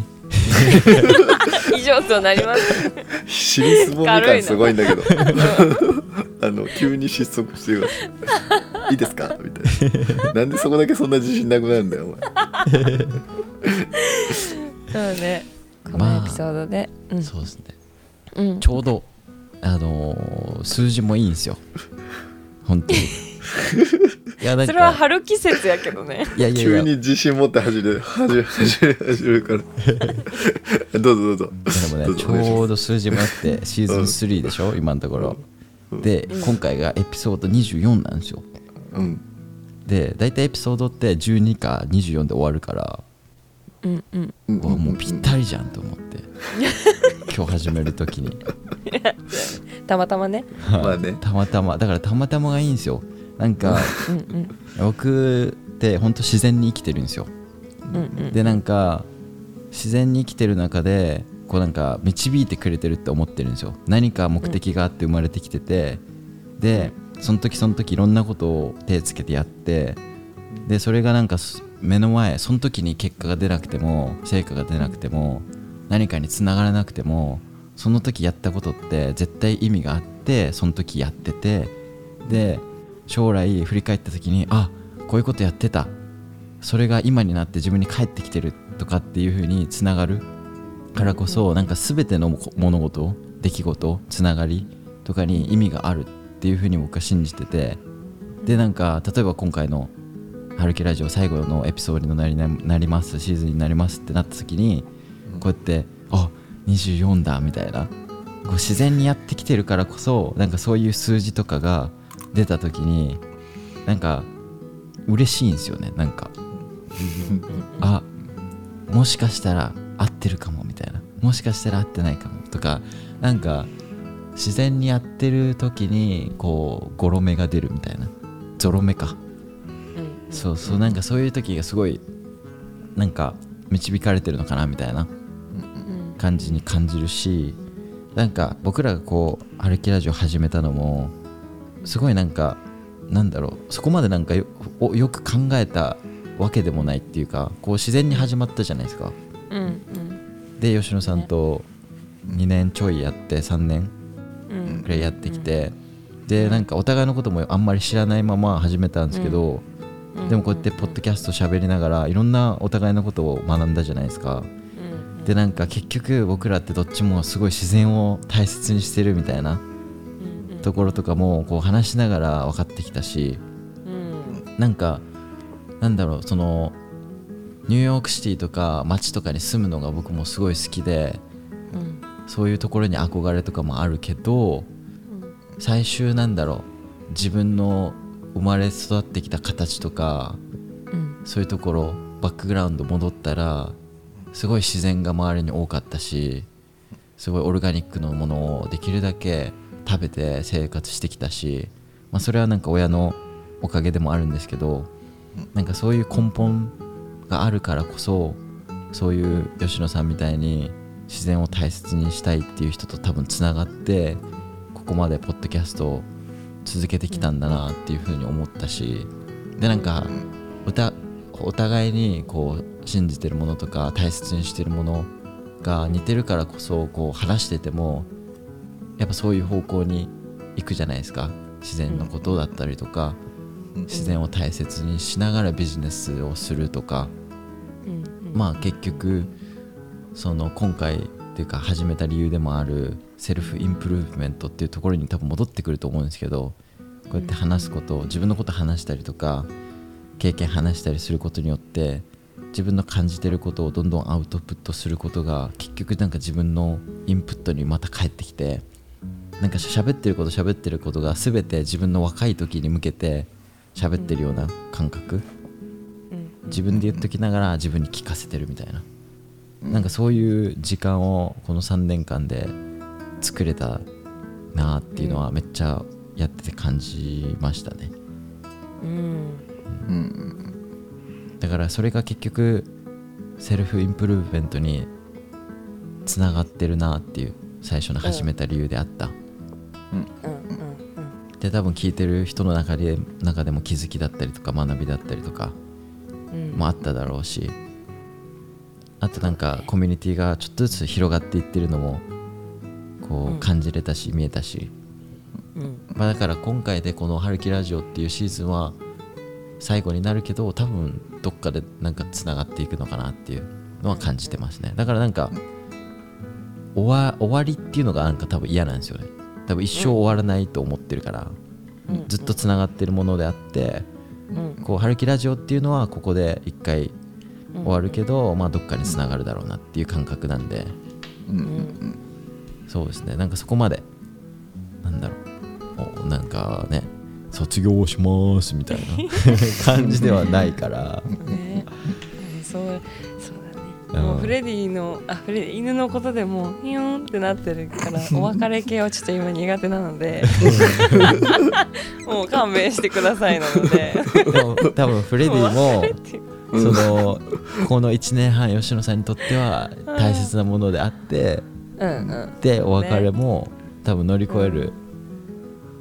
Speaker 1: 以上となります
Speaker 2: 尻すぼみ感すごいんだけど あの急に失速してるいいですかみたいななんでそこだけそんな自信なくなるんだよお
Speaker 1: そうねこ
Speaker 3: まあ
Speaker 1: のエピソードで、うん
Speaker 3: そうですね。
Speaker 1: うん
Speaker 3: ちょうど、あのー数字もいいんです よ。本当に。いや、なん
Speaker 1: それは
Speaker 3: か、
Speaker 1: 春季節やけどね
Speaker 3: いやい
Speaker 2: 前
Speaker 3: や
Speaker 2: 急
Speaker 3: いや、
Speaker 2: に自信持って走る走る走る走るから どうぞどうぞ
Speaker 3: でも
Speaker 2: ど
Speaker 3: ね、
Speaker 2: う
Speaker 3: ち
Speaker 2: ぞお願いし
Speaker 3: ょ
Speaker 2: ま
Speaker 3: うど数字もあって、シーズン3でしょ、今のところ。で、今回がエピソード24なんですよ。
Speaker 2: すうん
Speaker 3: で、大体エピソードって12か24で終わるから、
Speaker 1: うんうん
Speaker 2: うん
Speaker 3: うわもうぴったりじゃんと 思って、今日始めるときに。
Speaker 1: たまたまね
Speaker 2: まあね
Speaker 3: たまたまだからたまたまがいいんですよな んか
Speaker 1: うんうん
Speaker 3: 僕ってほんと自然に生きてるんですよ
Speaker 1: うんうん
Speaker 3: でなんか自然に生きてる中でこうなんか導いてくれてるって思ってるんですよ何か目的があって生まれてきててでその時その時いろんなことを手つけてやってでそれがなんかす目の前その時に結果が出なくても成果が出なくても何かにつながらなくてもその時やったことって絶対意味があってその時やっててで将来振り返った時にあこういうことやってたそれが今になって自分に返ってきてるとかっていう風につながるからこそなんか全てのこ物事出来事つながりとかに意味があるっていう風に僕は信じててでなんか例えば今回の「春樹ラジオ」最後のエピソードになりななりますシーズンになりますってなった時にこうやって「あ24だ」みたいなこう自然にやってきてるからこそなんかそういう数字とかが出た時になんか嬉しいんですよねなんかあもしかしたら合ってるかもみたいなもしかしたら合ってないかもとかなんか自然にやってる時にこうゴロ目が出るみたいなゾロ目か
Speaker 1: うん
Speaker 3: そうそうなんかそういう時がすごいなんか導かれてるのかなみたいな
Speaker 1: うん
Speaker 3: 感じに感じるしなんか僕らがこう歩きラジオ始めたのもすごいなんかなんだろうそこまでなんかよおよく考えたわけでもないっていうかこう自然に始まったじゃないですか
Speaker 1: うんうん
Speaker 3: で吉野さんと2年ちょいやって3年
Speaker 1: うん
Speaker 3: くらいやってきて、でなんかお互いのこともあんまり知らないまま始めたんですけど、
Speaker 1: うん
Speaker 3: でもこうやってポッドキャスト喋りながらいろんなお互いのことを学んだじゃないですか。
Speaker 1: うん
Speaker 3: でなんか結局僕らってどっちもすごい自然を大切にしてるみたいな
Speaker 1: うんうん
Speaker 3: ところとかもこう話しながら分かってきたし
Speaker 1: うん
Speaker 3: なんかなんだろうそのニューヨークシティとか街とかに住むのが僕もすごい好きで
Speaker 1: うん
Speaker 3: そういうところに憧れとかもあるけど最終なんだろう自分の生まれ育ってきた形とか
Speaker 1: うん
Speaker 3: そういうところバックグラウンド戻ったらすごい自然が周りに多かったしすごいオルガニックのものをできるだけ食べて生活してきたし、まあ、それはなんか親のおかげでもあるんですけど
Speaker 2: うん
Speaker 3: なんかそういう根本があるからこそそういう吉野さんみたいに自然を大切にしたいっていう人と多分つながってここまでポッドキャストを続けてきたんだなっていうふうに思ったしでなんかおたお互いにこう信じてるものとか大切にしてるものが似てるからこそこう話しててもやっぱそういう方向に行くじゃないですか自然のことだったりとか、
Speaker 2: うん
Speaker 3: 自然を大切にしながらビジネスをするとか、
Speaker 1: うんうん
Speaker 3: まあ結局その今回っていうか始めた理由でもあるセルフインプルーブメントっていうところに多分戻ってくると思うんですけどこうやって話すこと自分のこと話したりとか経験話したりすることによって自分の感じてることをどんどんアウトプットすることが結局なんか自分のインプットにまた返ってきてなんか喋ってること喋ってることが全て自分の若い時に向けて喋ってるような感覚、
Speaker 1: うん
Speaker 3: 自分で言っときながら自分に聞かせてるみたいな、なんかそういう時間をこの3年間で作れたなっていうのはめっちゃやってて感じましたね
Speaker 1: うん
Speaker 2: うん
Speaker 3: だからそれが結局セルフインプルーブメントにつながってるなっていう最初の始めた理由であった、
Speaker 1: うんうんうん
Speaker 3: で多分聞いてる人の中で中でも気づきだったりとか学びだったりとか
Speaker 1: うん
Speaker 3: もあっただろうしあとなんかコミュニティがちょっとずつ広がっていってるのもこ
Speaker 1: うん
Speaker 3: う感じれたし見えたし、
Speaker 1: うん
Speaker 3: まあ、だから今回でこの「春樹ラジオ」っていうシーズンは最後になるけど多分どっかでなんかつながっていくのかなっていうのは感じてますねだからなんか終わ終わりっていうのがなんか多分嫌なんですよね多分一生終わらないと思ってるから、
Speaker 1: うん
Speaker 3: ずっとつながってるものであって
Speaker 1: うん
Speaker 3: こう「春樹ラジオ」っていうのはここで一回
Speaker 1: うん
Speaker 3: 終わるけど、まあ、どっかに繋がるだろうなっていう感覚なんで
Speaker 2: うんう
Speaker 1: うんん
Speaker 3: そうですねなんかそこまでなんだろうおなんかね卒業しますみた いな感じではないから
Speaker 1: ねうんそうそうだ
Speaker 3: う
Speaker 1: ね
Speaker 3: ん
Speaker 1: もうフレディのあフレディ犬のことでもうヒヨーンってなってる からお別れ系はちょっと今苦手なので もう勘弁してくださいなの で
Speaker 3: もう多分フレディ
Speaker 1: お
Speaker 3: も
Speaker 1: 別れっていう
Speaker 3: そのこの1年半吉野さんにとっては大切なものであって
Speaker 1: うんうん
Speaker 3: でお別れも多分乗り越える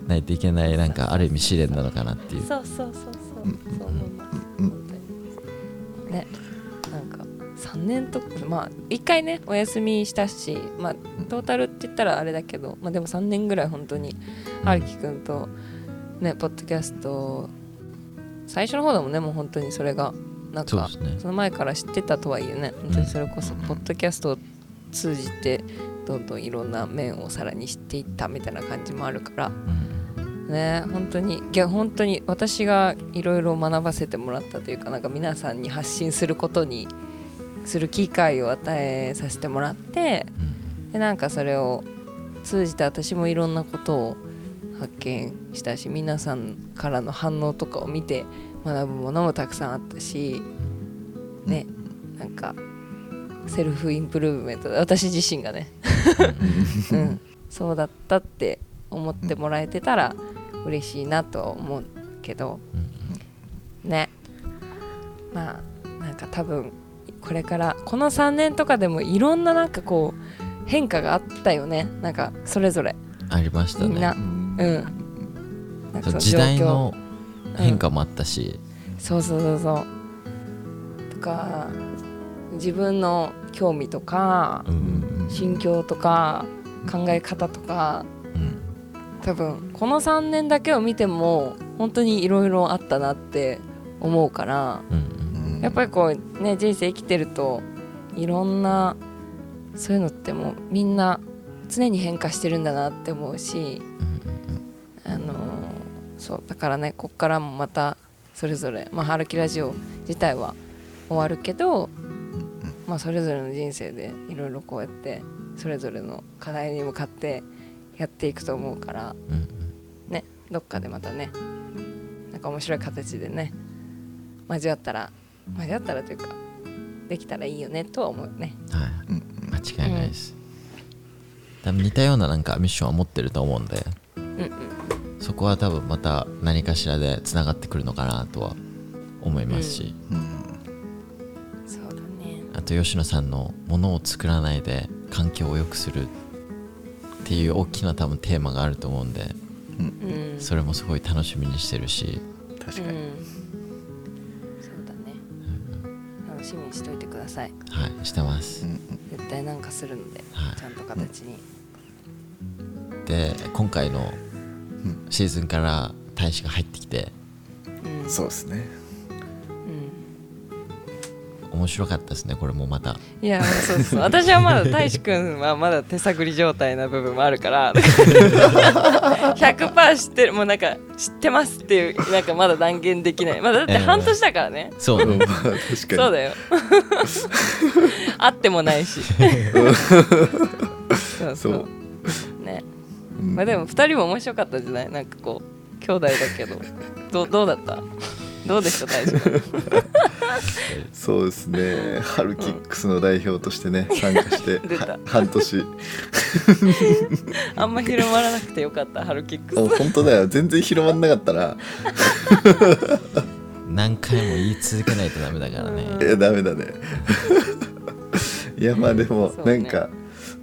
Speaker 3: ないといけないなんかある意味試練なのかなっていう
Speaker 1: そうそうそうそうそう思います
Speaker 2: うん
Speaker 1: 本当にねなんか3年とまあ1回ねお休みしたしまあトータルって言ったらあれだけど、まあ、でも3年ぐらい本当に
Speaker 3: ん
Speaker 1: 春樹くんとねポッドキャスト最初の方でもねもう本当にそれがなん
Speaker 3: そう
Speaker 1: か
Speaker 3: ですね
Speaker 1: その前から知ってたとはいえね本当にそれこそ
Speaker 2: うん
Speaker 1: ポッドキャストを通じてどんどんいろんな面をさらに知っていったみたいな感じもあるから
Speaker 3: うん
Speaker 1: ね本当にいや本当に私がいろいろ学ばせてもらったというかなんか皆さんに発信することにする機会を与えさせてもらって
Speaker 3: うん
Speaker 1: でなんかそれを通じて私もいろんなことを発見したし皆さんからの反応とかを見て学ぶものもたくさんあったしねなんかセルフインプルーブメント私自身がね、うん、そうだったって思ってもらえてたら嬉しいなとは思うけど
Speaker 3: うん
Speaker 1: ねまあなんか多分これからこの3年とかでもいろんななんかこう変化があったよねなんかそれぞれ
Speaker 3: ありましたね
Speaker 1: みんなうんなんかそ
Speaker 3: そ
Speaker 1: の状
Speaker 3: う時
Speaker 1: 況
Speaker 3: 代の変化もあったし、
Speaker 1: そうそうそうそうとか自分の興味とか
Speaker 3: うんうん
Speaker 1: 心境とか考え方とか
Speaker 3: うん
Speaker 1: 多分この3年だけを見ても本当にいろいろあったなって思うから
Speaker 3: うんうん
Speaker 1: やっぱりこうね人生生きてるといろんなそういうのってもうみんな常に変化してるんだなって思うし、あのーそうだからねこっからもまたそれぞれまあ春樹ラジオ自体は終わるけど、まあ、それぞれの人生でいろいろこうやってそれぞれの課題に向かってやっていくと思うから。
Speaker 3: うん
Speaker 1: ねどっかでまたねなんか面白い形でね交わったら交わったらというかできたらいいよねとは思うね
Speaker 3: はい間違いないです、多分似たようななんかミッションは持ってると思うんで
Speaker 1: うんうん
Speaker 3: そこは多分また何かしらでつながってくるのかなとは思いますし、
Speaker 2: うん
Speaker 1: そうだね
Speaker 3: あと吉野さんのものを作らないで環境を良くするっていう大きな多分テーマがあると思うんで
Speaker 2: うん
Speaker 1: うん
Speaker 3: それもすごい楽しみにしてるし
Speaker 2: 確
Speaker 1: う
Speaker 2: かに、
Speaker 1: んそうだね楽しみにしといてください
Speaker 3: はいしてます
Speaker 2: うんうん
Speaker 1: 絶対なんかするので
Speaker 3: はい
Speaker 1: ちゃんと形に
Speaker 3: で今回の
Speaker 2: ん
Speaker 3: シーズンから大使が入ってきて
Speaker 1: うん
Speaker 2: そうですね
Speaker 1: うん
Speaker 3: 面白かったですねこれもまた
Speaker 1: いやそうそう私はまだ大志くんはまだ手探り状態な部分もあるから 100%知ってるもうなんか知ってますっていうなんかまだ断言できないまだだって半年だからね
Speaker 3: そう
Speaker 2: うん
Speaker 3: ね
Speaker 2: まあ確
Speaker 1: そ
Speaker 2: か
Speaker 1: う
Speaker 2: に
Speaker 1: だよあってもないしそうそうね
Speaker 2: うん
Speaker 1: まあでも2人も面白かったんじゃないなんかこう兄弟だけどどどうだったどうでした大丈夫
Speaker 2: そうです ねハルキックスの代表としてね参加して
Speaker 1: 出た
Speaker 2: は半年
Speaker 1: あんま広まらなくてよかったハルキック
Speaker 2: もう
Speaker 1: ス
Speaker 2: 本当だよ全然広まんなかったら
Speaker 3: 何回も言い続けないとダメだからね
Speaker 1: うん
Speaker 2: いやダメだね いやまあでも
Speaker 1: そう
Speaker 2: な
Speaker 1: ね
Speaker 2: んか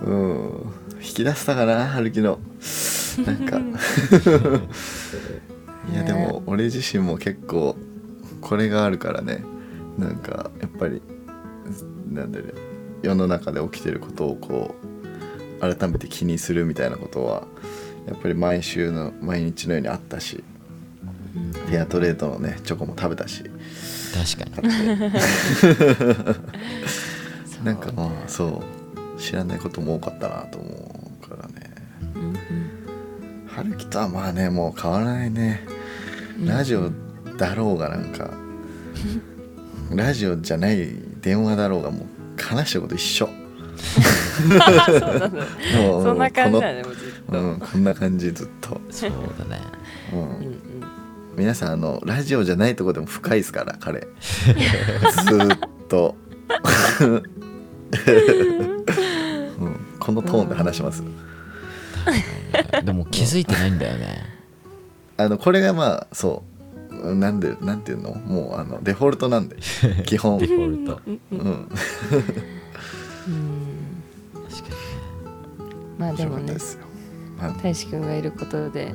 Speaker 2: うん引き出せたかな春樹のなん かいやでも俺自身も結構これがあるからねなんかやっぱりなんだろう世の中で起きてることをこう改めて気にするみたいなことはやっぱり毎週の毎日のようにあったしフェアトレードのねチョコも食べたし
Speaker 3: 確かに
Speaker 2: 買って
Speaker 1: そう
Speaker 2: なんかまあそう知らないことも多かったなと思うからね
Speaker 1: うん
Speaker 2: 春樹とはまあねもう変わらないね
Speaker 1: うん
Speaker 2: ラジオだろうがなんかラジオじゃない電話だろうがもう話したこと 一緒も
Speaker 1: そんな感じだ
Speaker 2: ね
Speaker 1: ねもうずっ
Speaker 2: こ
Speaker 1: と、
Speaker 2: の、うん、こんな感じずっと、
Speaker 3: そうだね
Speaker 2: う
Speaker 1: うん
Speaker 2: ん、
Speaker 1: うん
Speaker 2: 皆さんあのラジオじゃないとこでも深いですから 彼ずーっと、うん、このトーンで話します
Speaker 3: でも気づいてないんだよね
Speaker 2: あのこれがまあそうなんでなんていうのもうあのデフォルトなんで 基本
Speaker 3: デフォルト
Speaker 2: うん
Speaker 1: うん
Speaker 3: 確か
Speaker 1: まあで
Speaker 2: 面白
Speaker 1: も
Speaker 2: かった
Speaker 1: ね
Speaker 2: ですよ、まあ、
Speaker 1: 大志くんがいることでもう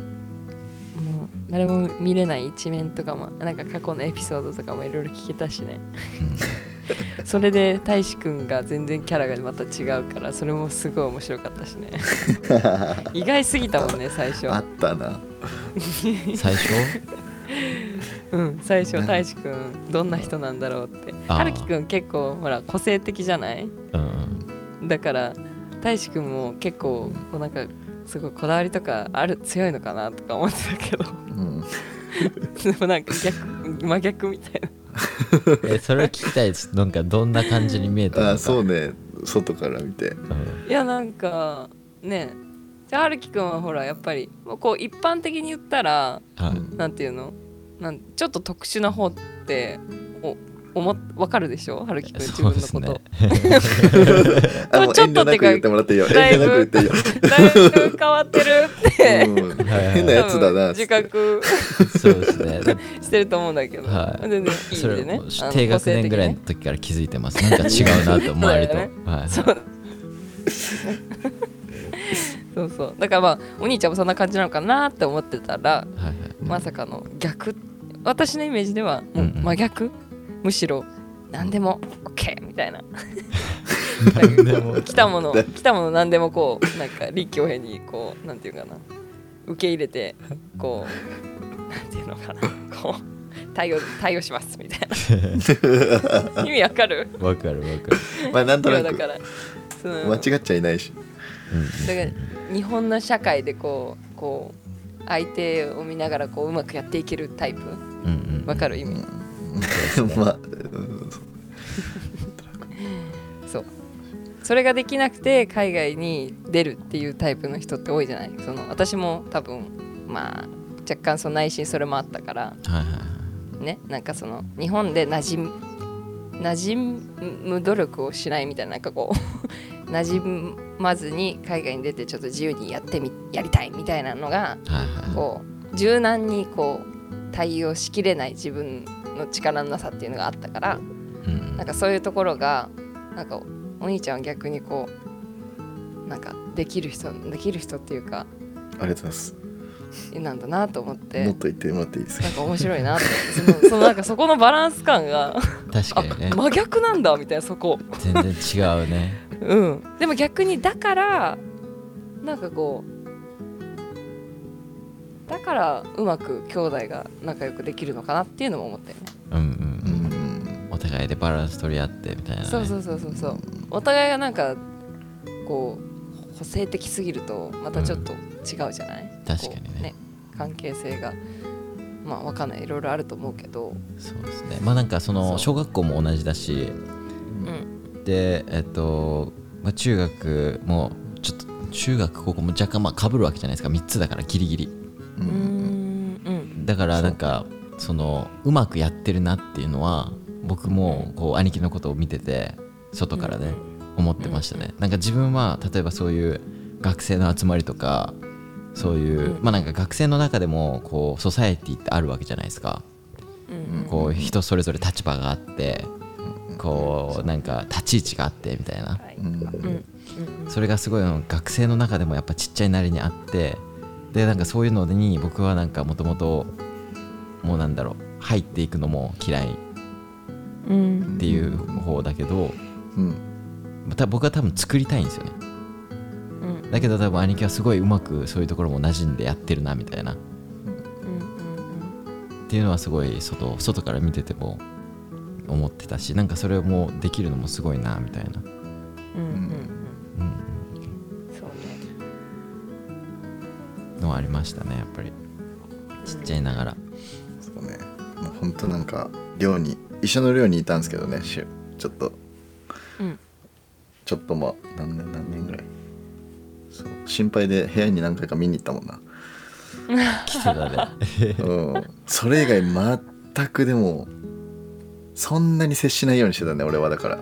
Speaker 1: 誰も見れない一面とかもなんか過去のエピソードとかもいろいろ聞けたし ね
Speaker 3: にね、
Speaker 1: それで大志くんが全然キャラがまた違うからそれもすごい面白かったし ね意外すぎたもんね最初
Speaker 2: あったな
Speaker 3: うん最初
Speaker 1: うん最初大志くんどんな人なんだろうって
Speaker 3: あー
Speaker 1: 春樹くん結構ほら個性的じゃない
Speaker 3: うんうん
Speaker 1: だから大志くんも結構こうなんかすごいこだわりとかある強いのかなとか思ってたけど
Speaker 2: うん
Speaker 1: でもなんか逆真逆みたいな
Speaker 3: えそれを聞きたいですなんかどんな感じに見えたのか
Speaker 2: あそうね外から 見て
Speaker 3: うん
Speaker 1: いやなんかねじゃあ春樹くんはほらやっぱりもうこう一般的に言ったら
Speaker 3: は
Speaker 2: うん
Speaker 1: なんていうのなんちょっと特殊な方ってお思っわかるでしょ春樹くん
Speaker 3: い
Speaker 1: 自
Speaker 3: そう
Speaker 1: 分
Speaker 3: で
Speaker 1: の
Speaker 3: す
Speaker 1: こ
Speaker 3: ね
Speaker 1: と。
Speaker 2: あもう
Speaker 1: ちょっ
Speaker 2: 遠
Speaker 1: とっ
Speaker 2: 慮な
Speaker 1: て
Speaker 2: く
Speaker 1: か
Speaker 2: 言ってもらっていいよ
Speaker 1: だい
Speaker 2: 遠慮
Speaker 1: ぶ
Speaker 2: なく言っていいよ
Speaker 1: だいぶ変わってるって
Speaker 2: うん変なやつ
Speaker 1: 多
Speaker 2: だな
Speaker 1: 分自覚
Speaker 3: そうですねだ
Speaker 1: してると思うんだけど、
Speaker 3: はい
Speaker 1: 全然いい
Speaker 3: そ
Speaker 1: ん
Speaker 3: れ
Speaker 1: でね
Speaker 3: も
Speaker 1: あの
Speaker 3: 低学年ぐらいの
Speaker 1: 個
Speaker 3: 時から気づいてますなんか違うなと思われと
Speaker 1: そうだよ
Speaker 3: はい
Speaker 1: 性的にねそうそうそうだからまあお兄ちゃんもそんな感じなのかなって思ってたら
Speaker 3: はい
Speaker 1: まさかの逆私のイメージではもう
Speaker 3: うんうん
Speaker 1: 真逆、むしろ何でも OK みたいな
Speaker 3: はい何でも
Speaker 1: 来たもの来たもの何でもこうなんか立教編にこうなんていうかな受け入れてこうなんていうのかなこう対応対応しますみたいな意味わかる
Speaker 3: わかるわかる
Speaker 2: まあなんと
Speaker 1: いや
Speaker 2: な
Speaker 1: だか
Speaker 2: く
Speaker 1: らその
Speaker 2: 間違っちゃいない し
Speaker 3: うん
Speaker 1: だから日本の社会でこうこう相手を見ながらこううまくやっていけるタイプ
Speaker 3: うんうん
Speaker 1: わかる意味、
Speaker 2: まあうんそう
Speaker 1: そうそれができなくて海外に出るっていうタイプの人って多いじゃないその私も多分まあ若干その内心それもあったから
Speaker 3: はいはい
Speaker 1: ねなんかその日本で馴染む馴染む努力をしないみたいななんかこう 馴染まずに海外に出てちょっと自由にやってみやりたいみたいなのが
Speaker 3: はいは
Speaker 1: こう柔軟にこう対応しきれない自分の力のなさっていうのがあったから
Speaker 3: いうん
Speaker 1: なんかそういうところがなんかお兄ちゃんは逆にこうなんかできる人できる人っていうか
Speaker 2: ありがとうございます
Speaker 1: なんだなと思って
Speaker 2: もっと言ってもらっていいですか
Speaker 1: なんか面白いなってそのそのなんかそこのバランス感が
Speaker 3: 確かにね
Speaker 1: あ真逆なんだみたいなそこ
Speaker 3: 全然違う ね
Speaker 1: うんでも逆にだからなんかこうだからうまく兄弟が仲良くできるのかなっていうのも思ったよね
Speaker 3: うん
Speaker 2: う
Speaker 3: う
Speaker 2: んん
Speaker 3: うんお互いでバランス取り合ってみたいなね
Speaker 1: そうそうそうそうそうお互いがなんかこう補正的すぎるとまたちょっと違うじゃない、
Speaker 3: 確かにね
Speaker 1: こう関係性がまあわかんないいろいろあると思うけど
Speaker 3: そうですねまあなんかそ
Speaker 1: そ
Speaker 3: の
Speaker 1: う
Speaker 3: 小学校も同じだし
Speaker 1: うん
Speaker 3: でえっと、まあ、中学もちょっと中学高校も若干まあかぶるわけじゃないですか3つだからギリギリ
Speaker 2: う
Speaker 1: うんんうん
Speaker 3: だからなんかそのうまくやってるなっていうのは僕もこう兄貴のことを見てて外からね思ってましたねなんか自分は例えばそういう学生の集まりとかそういう
Speaker 1: うん
Speaker 3: まあなんか学生の中でもこうソサエティってあるわけじゃないですか
Speaker 1: うん
Speaker 3: こう人それぞれ立場があってこうなんか立ち位置があってみたいな
Speaker 1: はい
Speaker 2: うん
Speaker 1: うんうん
Speaker 3: それがすごいあの学生の中でもやっぱちっちゃいなりにあってでなんかそういうのに僕はなんかもともともうなんだろう入っていくのも嫌いっ
Speaker 1: うん
Speaker 3: ていう方だけど
Speaker 2: うん
Speaker 3: た僕は多分作りたいんですよね
Speaker 1: うん
Speaker 3: だけど多分兄貴はすごいうまくそういうところも馴染んでやってるなみたいなっ
Speaker 1: うんうん
Speaker 3: ていうのはすごい外外から見てても思ってたしなんかそれをもうできるのもすごいなみたいな、
Speaker 1: うんうん
Speaker 3: うん、
Speaker 1: うんそうね
Speaker 3: のはありましたねやっぱりちっちゃいながら
Speaker 2: そうねもうほんとなんか寮に一緒の寮にいたんですけどねしちょっと
Speaker 1: うん
Speaker 2: ちょっとまあ何年何年ぐらいそう心配で部屋に何回か見に行ったもんな
Speaker 3: 来てたね
Speaker 2: うんそれ以外全くでもそんなに接しないようにしてたね俺はだから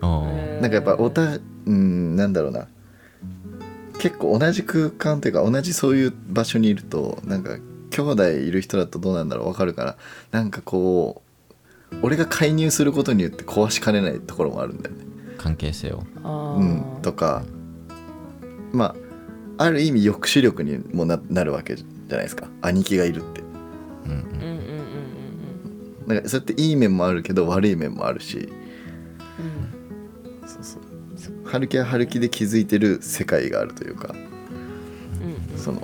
Speaker 3: うん
Speaker 2: なんかやっぱおたうんなんだろうな結構同じ空間というか同じそういう場所にいるとなんか兄弟いる人だとどうなんだろうわかるからなんかこう俺が介入することによって壊しかねないところもあるんだよね。
Speaker 3: 関係性を
Speaker 1: あ
Speaker 2: う
Speaker 1: ー
Speaker 2: ん、とかまあある意味抑止力にもななるわけじゃないですか兄貴がいるって。
Speaker 3: うんうん
Speaker 1: うんうんうんうん
Speaker 2: なんかそれっていい面もあるけど悪い面もある
Speaker 1: う
Speaker 2: し
Speaker 1: ん
Speaker 2: そうそう春樹は春樹で気づいてる世界があるというか。
Speaker 1: うんうん
Speaker 2: その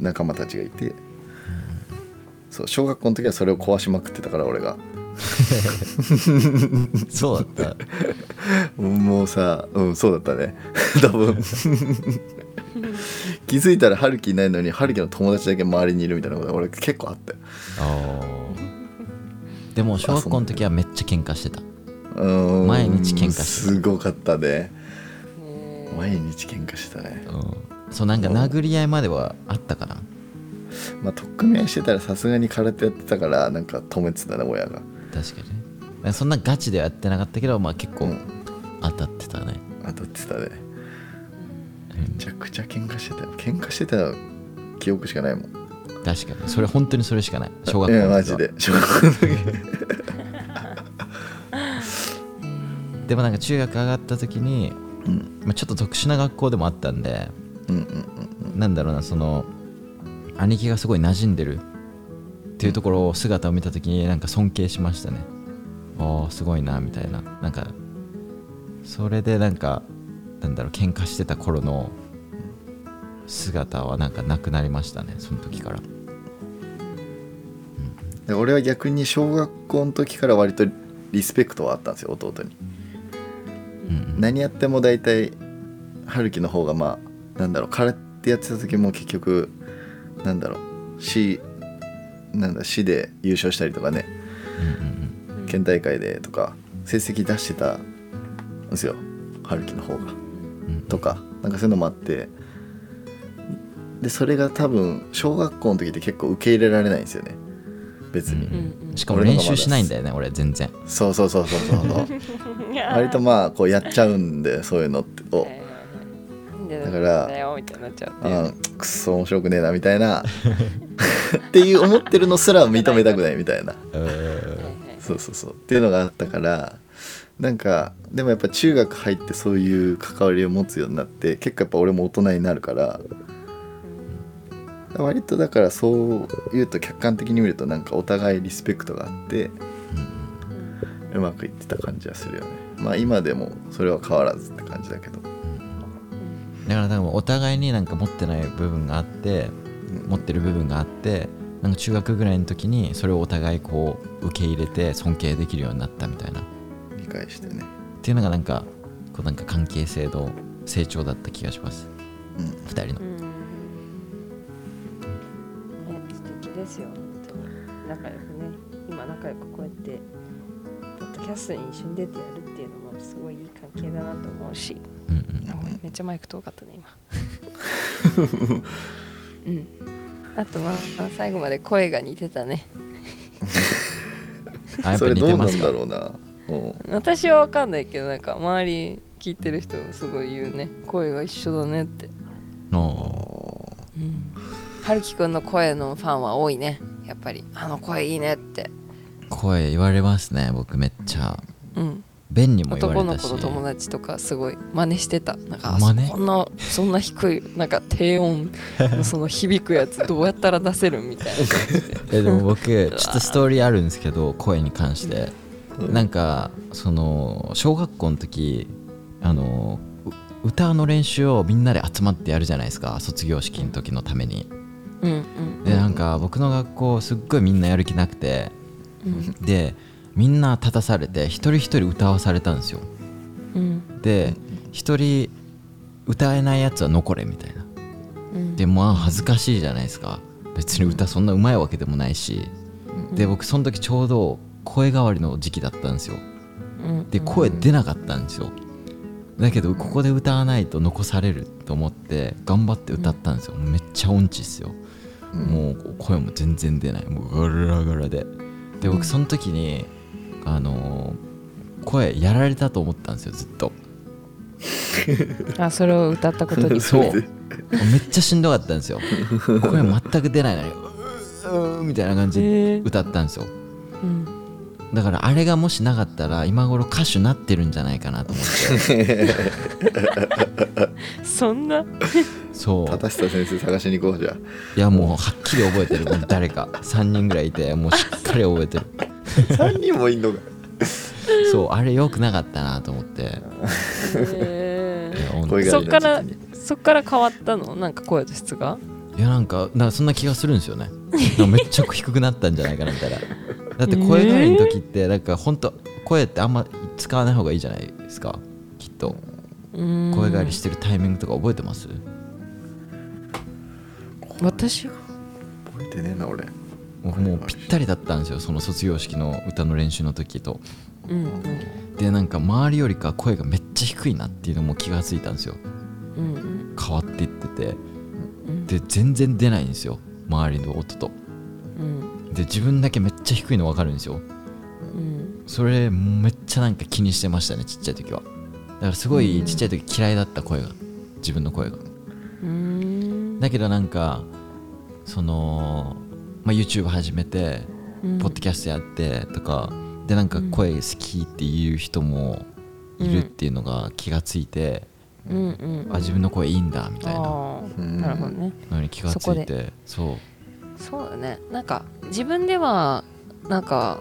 Speaker 2: 仲間たちがいてそう小学校の時はそれを壊しまくってたから俺が
Speaker 3: そうだっ
Speaker 2: もうさうんそうだったね 多分気づいたら春樹いないのに春樹の友達だけ周りにいるみたいなことが俺結構あったよ
Speaker 3: たでも小学校の時はめっちゃ喧嘩してた
Speaker 2: うん
Speaker 3: 毎日喧嘩してた
Speaker 2: すごかったね
Speaker 1: ね
Speaker 2: 毎日喧嘩してたね
Speaker 3: うんそうなんか殴り合いまではあったかな
Speaker 2: まあ取っ組み合いしてたらさすがに空手やってたからなんか止めてたね親が
Speaker 3: 確かにねだからそんなガチではやってなかったけどまあ結
Speaker 2: う
Speaker 3: 構
Speaker 2: ん
Speaker 3: 当たってたね、
Speaker 2: 当たってたねめちゃくちゃ喧嘩してたよ喧嘩してた記憶しかないもん
Speaker 3: 確かにそれ本当にそれしかない小学校
Speaker 2: い
Speaker 3: の時
Speaker 2: や
Speaker 3: は
Speaker 2: マジで小学校の時
Speaker 3: でもなんか中学上がった時に、
Speaker 2: うん
Speaker 3: まあ、ちょっと特殊な学校でもあったんで
Speaker 2: うんうん
Speaker 3: なんだろうなその兄貴がすごい馴染んでるっていうところを姿を見た時になんか尊敬しましたねああすごいなみたいななんかそれでなんかなんだろう喧嘩してた頃の姿はなんかなくなりましたねその時から
Speaker 2: うんで俺は逆に小学校の時から割とリスペクトはあったんですよ弟に、
Speaker 3: ん
Speaker 2: 何やっても大体春樹の方がまあなんだろう空手やってた時も結局なんだろう市なんだ市で優勝したりとかね
Speaker 3: うん
Speaker 2: 県大会でとか成績出してたんですよ春樹の方が。
Speaker 3: うんうん
Speaker 2: とかなんかそういうのもあってでそれが多分小学校の時って結構受け入れられないんですよね
Speaker 3: う
Speaker 2: 別に、
Speaker 3: う
Speaker 1: うんうん
Speaker 3: しかも練習しないんだよね俺全然
Speaker 2: そうそうそうそうそう そう割と
Speaker 1: も
Speaker 2: まあこうやっちゃうんでそういうのってを、
Speaker 1: だ
Speaker 2: だ
Speaker 1: か
Speaker 2: から
Speaker 1: らだよみたいになっちゃうって
Speaker 2: う、
Speaker 1: いうん
Speaker 2: くっそ面白くねえなみたいな っていう思ってるのすら認めたくないみたいなそうそうそうっていうのがあったからなんかでもやっぱ中学入ってそういう関わりを持つようになって結構やっぱ俺も大人になるから割とだからそう言うと客観的に見るとなんかお互いリスペクトがあってうまくいってた感じはするよねまあ今でもそれは変わらずって感じだけど
Speaker 3: だから多分お互いになんか持ってない部分があって持ってる部分があってなんか中学ぐらいの時にそれをお互いこう受け入れて尊敬できるようになったみたいなっ
Speaker 2: 理解してね
Speaker 3: ていうのがなんかこうなんか関係性の成長だった気がします
Speaker 2: うん
Speaker 3: 2人の
Speaker 1: うんね素敵ですよ本当に仲良くね今仲良くこうやってポッドキャストに一緒に出てやるっていうのもすごいいい関係だなと思うし
Speaker 3: うんうん
Speaker 1: めっちゃマイク遠かったね今うんあとはあ最後まで声が似てたね
Speaker 3: あやっ
Speaker 2: そ
Speaker 3: ぱ
Speaker 2: れ
Speaker 3: 似
Speaker 2: ど
Speaker 3: て
Speaker 2: うな
Speaker 3: ます
Speaker 2: んだ
Speaker 3: か
Speaker 2: ろうなうん
Speaker 1: 私は分かんないけどなんか周り聞いてる人もすごい言うね声が一緒だねって
Speaker 3: の
Speaker 1: うん春樹くんの声のファンは多いねやっぱりあの声いいねって
Speaker 3: 声言われますね僕めっちゃ
Speaker 1: うん
Speaker 3: 便にも言わ
Speaker 1: 男
Speaker 3: れ
Speaker 1: の
Speaker 3: た
Speaker 1: 子
Speaker 3: し
Speaker 1: の友達とかすごい真似してたなんかあ
Speaker 3: 真似
Speaker 1: こんなそんな低いなんか低音 のその響くやつどうやったら出せるみたいな感じで
Speaker 3: えでも僕ちょっとストーリーあるんですけど声に関して、なんかその小学校の時あのう歌の練習をみんなで集まってやるじゃないですか卒業式の時のために
Speaker 1: うんうん
Speaker 3: でなんか僕の学校すっごいみんなやる気なくて
Speaker 1: うん
Speaker 3: でみんな立たされて一人一人歌わされたんですよ
Speaker 1: うん
Speaker 3: で一人歌えないやつは残れみたいな
Speaker 1: うん
Speaker 3: でまあ恥ずかしいじゃないですか別に歌そんな上手いわけでもないし、
Speaker 1: うん
Speaker 3: で僕その時ちょうど声変わりの時期だったんですよ
Speaker 1: うん
Speaker 3: で声出なかったんですよだけどここで歌わないと残されると思って頑張って歌ったんですよめっちゃ音痴ですよ
Speaker 2: うん
Speaker 3: もう声も全然出ないもうガラガラでで
Speaker 1: うん
Speaker 3: 僕その時にあのー声やられたと思ったんですよずっと
Speaker 1: あそれを歌ったこと に
Speaker 2: それで
Speaker 3: めっちゃしんどかったんで すよ声全く出ないのにうーうーみたいな感じ
Speaker 1: へ
Speaker 3: で
Speaker 1: ー
Speaker 3: 歌ったんですよ
Speaker 1: うん
Speaker 3: だからあれがもしなかったら今頃歌手なってるんじゃないかなと思って
Speaker 1: そんな
Speaker 3: そう
Speaker 2: 立下先生探しに行こうじゃあ
Speaker 3: いやもうはっきり覚えてるもう誰か3人ぐらいいてもうしっかり覚えてる
Speaker 2: 3人もいんのか
Speaker 3: そうあれ良くなかったなと思って
Speaker 1: へ
Speaker 3: いやほんと
Speaker 2: 声
Speaker 3: い
Speaker 2: が
Speaker 1: そっからそっから変わったのなんか声の質が
Speaker 3: やなんかなんかそんな気がするんですよねなんかめっちゃ低くなったんじゃないかなみたいなだって声変わりの時ってなんか本当声ってあんま使わない方がいいじゃないですかきっと
Speaker 1: うん
Speaker 3: 声変わりしてるタイミングとか覚えてます
Speaker 1: 私は
Speaker 2: 覚えてねえな俺
Speaker 3: 僕もうぴったりだったんですよその卒業式の歌の練習の時と
Speaker 1: うん
Speaker 3: でなんか周りよりか声がめっちゃ低いなっていうのも気がついたんですよ
Speaker 1: うんうん
Speaker 3: 変わっていってて
Speaker 1: うん
Speaker 3: で全然出ないんですよ周りの音と
Speaker 1: うん
Speaker 3: で自分だけめっちゃ低いの分かるんですよ
Speaker 1: うん
Speaker 3: それめっちゃなんか気にしてましたねちっちゃい時はだからすごいちっちゃい時嫌いだった声が自分の声が
Speaker 1: うん
Speaker 3: だけどなんかその、まあ、YouTube 始めて
Speaker 1: うん
Speaker 3: ポッドキャストやってとかでなんか声好きっていう人もいるっていうのが気がついて、
Speaker 1: うんうんうん
Speaker 3: あ自分の声いいんだみたいな
Speaker 1: あー
Speaker 2: うん
Speaker 1: なるほどね
Speaker 3: のに気がつ
Speaker 1: そこ
Speaker 3: いてそう
Speaker 1: そうだねなんか自分ではなんか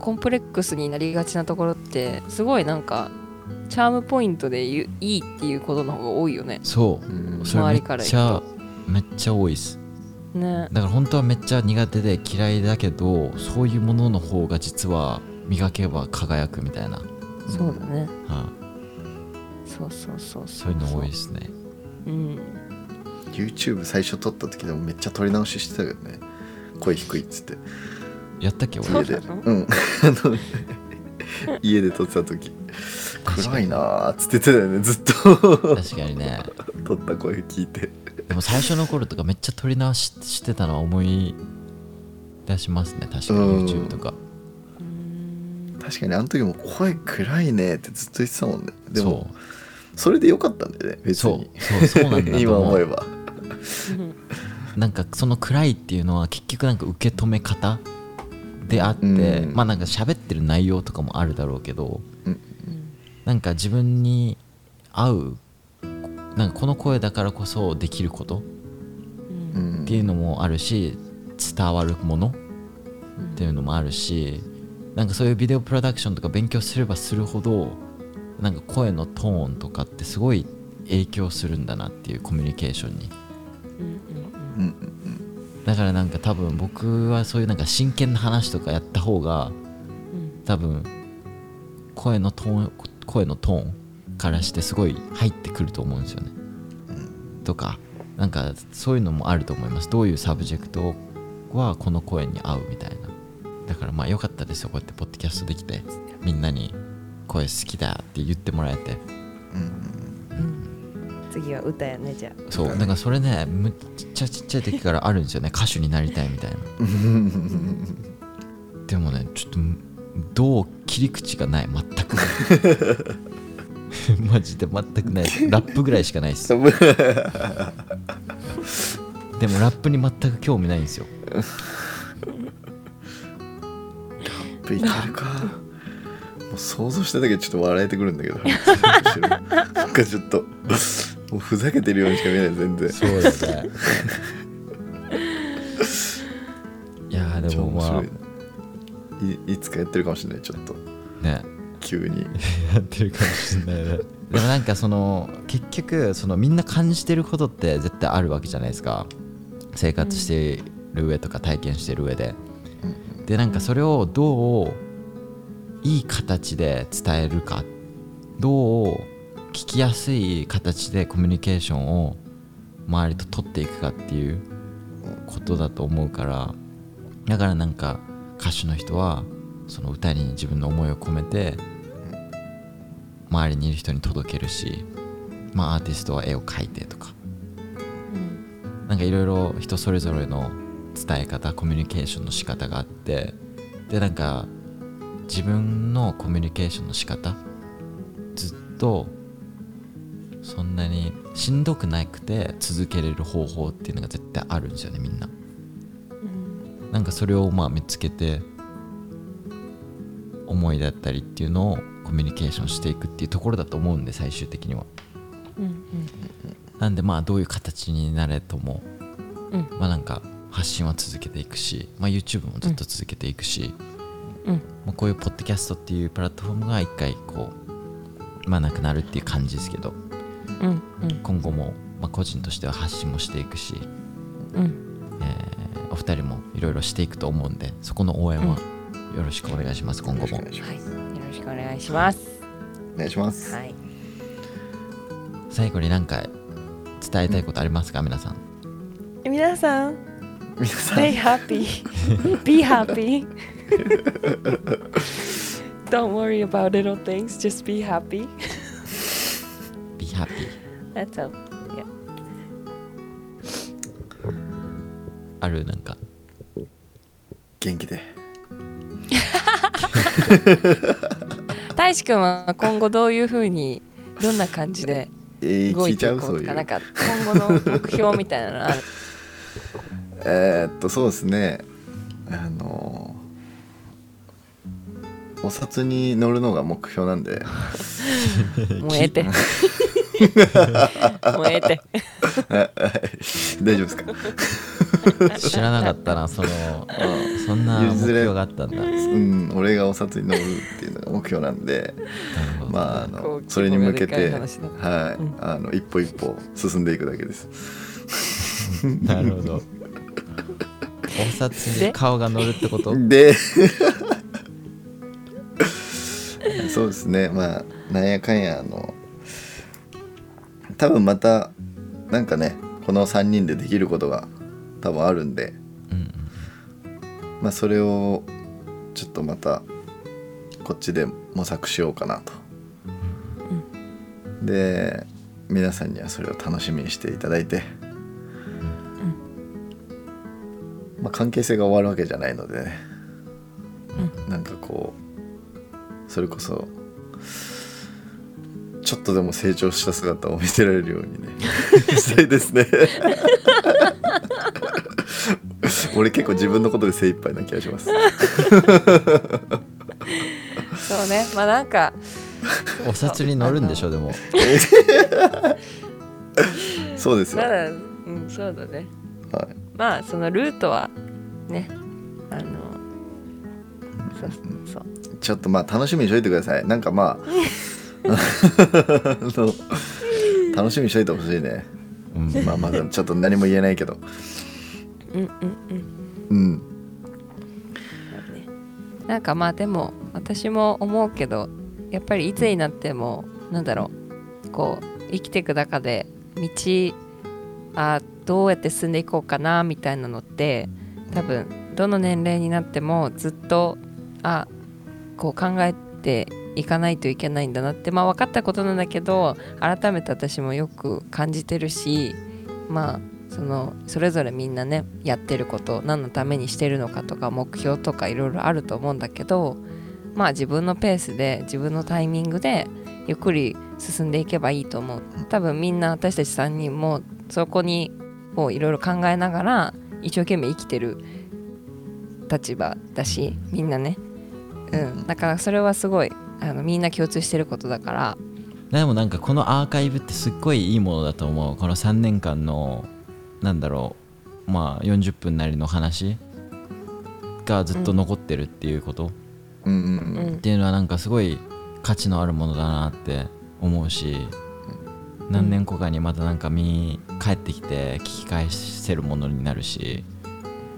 Speaker 1: コンプレックスになりがちなところってすごいなんかチャームポイントで言ういいっていうことの方が多いよね
Speaker 3: そう
Speaker 2: うん
Speaker 3: それ
Speaker 1: 周
Speaker 3: め
Speaker 1: り
Speaker 3: っ
Speaker 1: から
Speaker 3: ち
Speaker 1: 行
Speaker 3: ゃめっちゃ多いです
Speaker 1: ね
Speaker 3: だから本当はめっちゃ苦手で嫌いだけどそういうものの方が実は磨けば輝くみたいな、
Speaker 1: そうだね
Speaker 3: はい
Speaker 1: そうそうそうそ
Speaker 3: そうういうの多いですね
Speaker 1: うん
Speaker 2: YouTube 最初撮った時でもめっちゃ撮り直ししてたけどね声低いっつって
Speaker 3: やったっけ
Speaker 1: そ
Speaker 3: 俺
Speaker 2: 家
Speaker 1: う
Speaker 2: で
Speaker 1: なの
Speaker 2: うん あの家で撮ってた時暗いなーっつって言ってたよねずっと
Speaker 3: 確かにね
Speaker 2: 撮った声聞いて
Speaker 3: でも最初の頃とかめっちゃ撮り直ししてたのは思い出しますね確かに
Speaker 2: うん
Speaker 3: YouTube とか
Speaker 2: 確かにあの時も声暗いねってずっと言ってたもんねでも
Speaker 3: そ
Speaker 2: それでよかったんだよね
Speaker 3: う
Speaker 2: 別
Speaker 3: そ
Speaker 2: に
Speaker 3: うそうそうなんだと思 う
Speaker 2: 今思えば
Speaker 3: なんかその暗いっていうのは結局なんか受け止め方であって、
Speaker 2: うん
Speaker 3: まあなんか喋ってる内容とかもあるだろうけど
Speaker 1: うん
Speaker 3: なんか自分に合うなんかこの声だからこそできること
Speaker 1: うん
Speaker 2: ん
Speaker 3: っていうのもあるし伝わるものっていうのもあるしなんかそういうビデオプロダクションとか勉強すればするほどなんか声のトーンとかってすごい影響するんだなっていうコミュニケーションに
Speaker 1: うん
Speaker 2: うんうん
Speaker 3: だからなんか多分僕はそういうなんか真剣な話とかやった方が
Speaker 1: うん
Speaker 3: 多分声のトーン声のトーンからしてすごい入ってくると思うんですよね。とかなんかそういうのもあると思いますどういうサブジェクトはこの声に合うみたいなだからまあ良かったですよこうやってポッドキャストできてみんなに声好きだって言ってもらえて
Speaker 1: 次は歌やねじゃあ
Speaker 3: そうだからそれねむっちゃちっちゃい時からあるんです よね歌手になりたいみたいなでもねちょっとどう切り口がない全 くマジで全くないラップぐらいしかないです
Speaker 2: 寒い
Speaker 3: でもラップに全く興味ないんですよ
Speaker 2: いけるかもう想像しただけでちょっと笑えてくるんだけ どなんかちょっともうふざけてるようにしか見えない全然
Speaker 3: そうだねいやーでもまあ
Speaker 2: 超面白いいいつかやってるかもしれないちょっと
Speaker 3: ね
Speaker 2: 急に
Speaker 3: やってるかもしれないね でもなんかその結局そのみんな感じてることって絶対あるわけじゃないですか生活してる上とか体験してる上で、でなんかそれをどういい形で伝えるかどう聞きやすい形でコミュニケーションを周りと取っていくかっていうことだと思うからだからなんか歌手の人はその歌に自分の思いを込めて周りにいる人に届けるし、まあ、アーティストは絵を描いてとか
Speaker 1: うん
Speaker 3: なんかいろいろ人それぞれの伝え方コミュニケーションの仕方があってでなんか自分のコミュニケーションの仕方ずっとそんなにしんどくなくて続けれる方法っていうのが絶対あるんですよねみんな
Speaker 1: うん
Speaker 3: なんかそれをまあ見つけて思いだったりっていうのをコミュニケーションしていくっていうところだと思うんで最終的には
Speaker 1: うん
Speaker 3: なんでまあどういう形になれとも
Speaker 1: うん
Speaker 3: まあなんか発信は続けていくし、まあ、YouTube もずっと続けていくし、
Speaker 1: うん
Speaker 3: まあ、こういうポッドキャストっていうプラットフォームが一回こうまあなくなるっていう感じですけど
Speaker 1: うんうん
Speaker 3: 今後もまあ個人としては発信もしていくし、
Speaker 1: うん
Speaker 3: えーお二人もいろいろしていくと思うんでそこの応援はよろしくお願いします、今後も
Speaker 1: はいよろしくお願いします
Speaker 2: お願いします
Speaker 1: はい
Speaker 3: 最後に何か伝えたいことありますか皆さん
Speaker 1: 皆さん
Speaker 2: 皆さん
Speaker 1: Stay happy. Be happy. Don't worry about little things. Just be happy.
Speaker 3: Be happy
Speaker 1: That's all. Yeah.
Speaker 3: あるなんか
Speaker 2: 元気で
Speaker 1: 大志くんは今後どういうふうにどんな感じで
Speaker 2: えー
Speaker 1: 動
Speaker 2: 聞
Speaker 1: い
Speaker 2: いち
Speaker 1: て
Speaker 2: ゃ
Speaker 1: いうこ
Speaker 2: そう
Speaker 1: うと
Speaker 2: いう
Speaker 1: かなんか今後の目標みたいなのある
Speaker 2: えーっとそうですねあのお札に乗るのが目標なんで
Speaker 1: 燃えて燃えて
Speaker 2: 大丈夫です か
Speaker 3: 知らなかったなそのそんな目標があったんだなる
Speaker 2: うん俺がお札に乗るっていうのが目標なんで
Speaker 3: ほど、
Speaker 2: まああ
Speaker 1: こ
Speaker 2: の
Speaker 1: う
Speaker 2: それに向け
Speaker 1: 規模がでかい
Speaker 2: て
Speaker 1: 話だ
Speaker 2: はい、あの一歩一歩進んでいくだけです
Speaker 3: なるほどお札に顔が乗るってこと
Speaker 2: で そうですねまあなんやかんやあの多分またなんかねこの3人でできることが多分あるんで、
Speaker 3: うん
Speaker 2: まあ、それをちょっとまたこっちで模索しようかなと、で皆さんにはそれを楽しみにしていただいて、まあ、関係性が終わるわけじゃないのでね、なんかこうそれこそちょっとでも成長した姿を見せられるようにね したいですね俺結構自分のことで精一杯な気がします
Speaker 1: そうねまあなんか
Speaker 3: お札に乗るんでしょでも
Speaker 2: そうですよ、
Speaker 1: な
Speaker 2: はい、
Speaker 1: らうんそうだねまあそのルートはねあのそうそう
Speaker 2: ちょっとまあ楽しみにしといてくださいなんか まああの楽しみにしといてほしいね
Speaker 3: うん
Speaker 2: まあまだちょっと何も言えないけど
Speaker 1: うんうんうん
Speaker 2: うん
Speaker 1: そうねなんかまあでも私も思うけどやっぱりいつになってもなんだろうこう生きていく中で道あどうやって進んでいこうかなみたいなのって多分どの年齢になってもずっとあこう考えていかないといけないんだなってまあ分かったことなんだけど改めて私もよく感じてるしまあそのそれぞれみんなねやってること何のためにしてるのかとか目標とかいろいろあると思うんだけどまあ自分のペースで自分のタイミングでゆっくり進んでいけばいいと思う多分みんな私たち3人もそこにをいろいろ考えながら一生懸命生きてる立場だしみんなねうんだからそれはすごいあのみんな共通してることだから
Speaker 3: でもなんかこのアーカイブってすっごいいいものだと思うこの3年間のなんだろうまあ40分なりの話がずっと残ってるっていうこと、
Speaker 2: うんうん
Speaker 1: う
Speaker 2: うん
Speaker 1: ん
Speaker 3: っていうのはなんかすごい価値のあるものだなって思うし何年後かにまたなんか見帰ってきて聞き返せるものになるし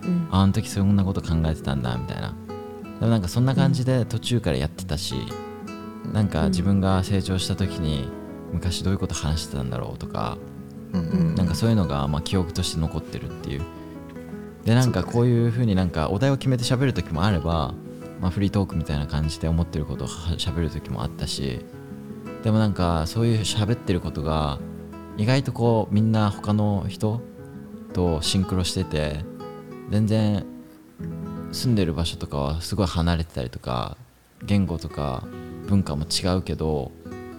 Speaker 1: うん
Speaker 3: ああの時そんなこと考えてたんだみたいなでもなんかそんな感じで途中からやってたし、なんか自分が成長した時に昔どういうこと話してたんだろうとか、
Speaker 2: うんうん
Speaker 3: なんかそういうのがまあ記憶として残ってるっていうでなんかこういうふうになんかお題を決めて喋る時もあれば、まあ、フリートークみたいな感じで思ってることをは喋る時もあったしでもなんかそういう喋ってることが意外とこうみんな他の人とシンクロしてて全然住んでる場所とかはすごい離れてたりとか言語とか文化も違うけど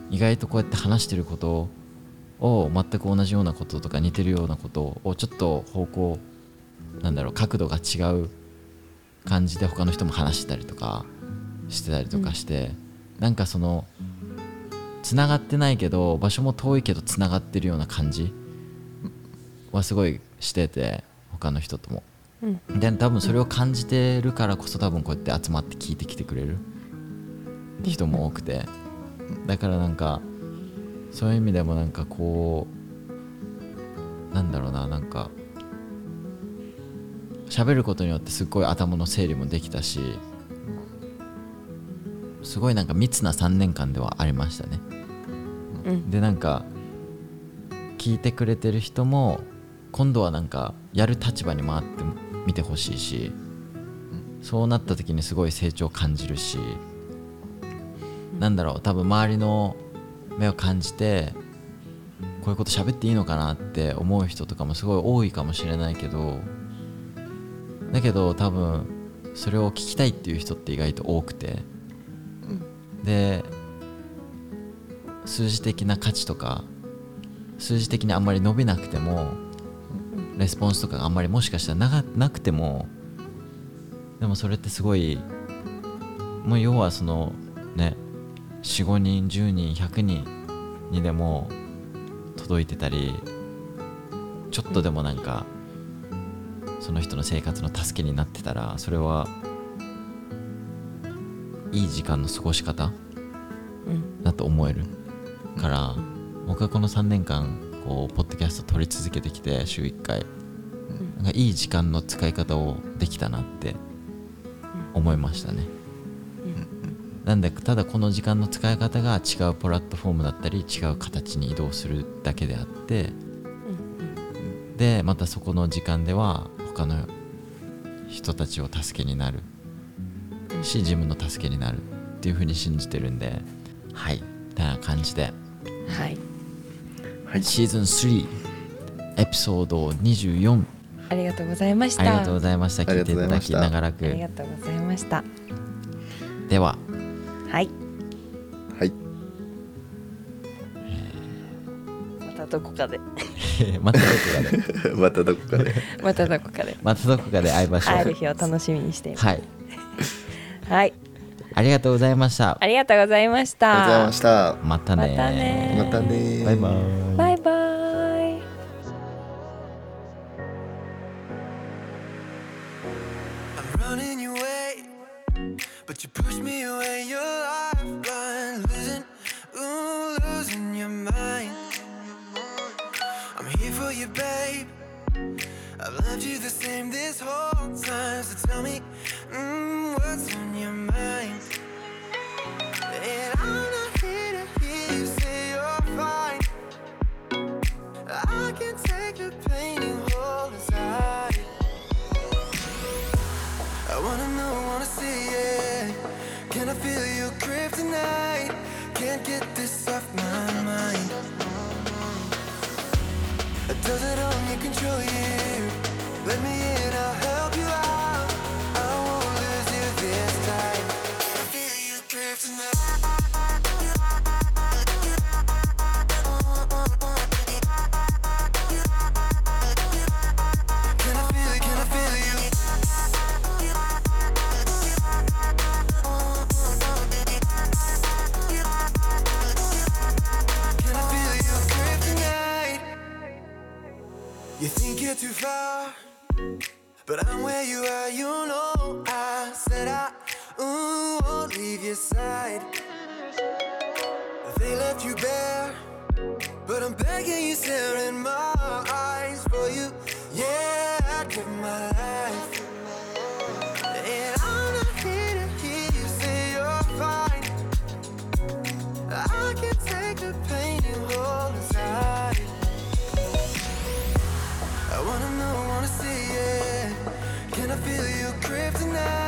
Speaker 3: 意外とこうやって話してることを全く同じようなこととか似てるようなことをちょっと方向なんだろう角度が違う感じで他の人も話してたりとかしてたりとかして、なんかそのつながってないけど場所も遠いけどつながってるような感じはすごいしてて他の人とも。
Speaker 1: うん
Speaker 3: で多分それを感じてるからこそ多分こうやって集まって聞いてきてくれるって人も多くてだからなんかそういう意味でもなんかこうなんだろうななんか喋ることによってすごい頭の整理もできたしすごいなんか密な3年間ではありましたね
Speaker 1: うん
Speaker 3: でなんか聞いてくれてる人も今度はなんかやる立場に回ってみてほしいしそうなった時にすごい成長を感じるしなんだろう多分周りの目を感じてこういうこと喋っていいのかなって思う人とかもすごい多いかもしれないけどだけど多分それを聞きたいっていう人って意外と多くてで数字的な価値とか数字的にあんまり伸びなくてもレスポンスとかがあんまりもしかしたらながなくてもでもそれってすごいもう要はそのね45人10人100人にでも届いてたりちょっとでもなんかその人の生活の助けになってたらそれはいい時間の過ごし方
Speaker 1: うん
Speaker 3: だと思えるから僕はこの3年間こうポッドキャスト撮り続けてきて週1回なんかいい時間の使い方をできたなって思いましたねなんでただこの時間の使い方が違うプラットフォームだったり違う形に移動するだけであってでまたそこの時間では他の人たちを助けになるし自分の助けになるっていうふうに信じてるんではいみたいな感じで
Speaker 1: はい
Speaker 2: はい
Speaker 3: シーズン3エピソード24
Speaker 1: ありがとうございました
Speaker 3: ありがとうございました
Speaker 2: あり
Speaker 3: 聞
Speaker 2: が
Speaker 3: いて
Speaker 2: と
Speaker 3: いう
Speaker 2: ござ
Speaker 3: た
Speaker 2: い
Speaker 3: だ
Speaker 2: まし
Speaker 3: き
Speaker 2: た
Speaker 3: 長らく
Speaker 1: ありがとうございました
Speaker 3: では
Speaker 1: はい
Speaker 2: はい
Speaker 1: またどこかで
Speaker 3: またどこかで
Speaker 2: またどこかで
Speaker 1: またどこかで
Speaker 3: またどこかで会いましょう
Speaker 1: 会える日を楽しみにしています
Speaker 3: はい
Speaker 1: はい
Speaker 3: ありがとうございました
Speaker 1: ありがとうございまし
Speaker 2: ありがとうござい
Speaker 1: た
Speaker 2: ました
Speaker 3: またね
Speaker 1: またね
Speaker 2: またねー
Speaker 3: バイバーイ
Speaker 1: バイバイ
Speaker 4: I'm running your way, but you push me away. Your lifeline, losing, ooh, losing your mind. I'm here for you, babe. I've loved you the same this whole time. So tell me, mm, what's on your mind? And I'm not here to hear you say you're fine. I can take the pain you hold inside. I wanna know, wanna see it. Can I feel your grip tonight? Can't get this off my mind. Does it only control you? Let me in, I'll help you out. I won't lose you this time. Can I feel your grip tonight? Can I feel it? Can I feel you? Can I feel your grip tonight? You think you're too far, but I'm where you are. You know I said I ooh, won't leave your side. They left you bare, but I'm begging you, stare in my eyes for you. Yeah, I give my life. And I'm not here to hear you say you're fine. I can take the pain you hold inside. I wanna know, wanna see it. Can I feel your grip tonight?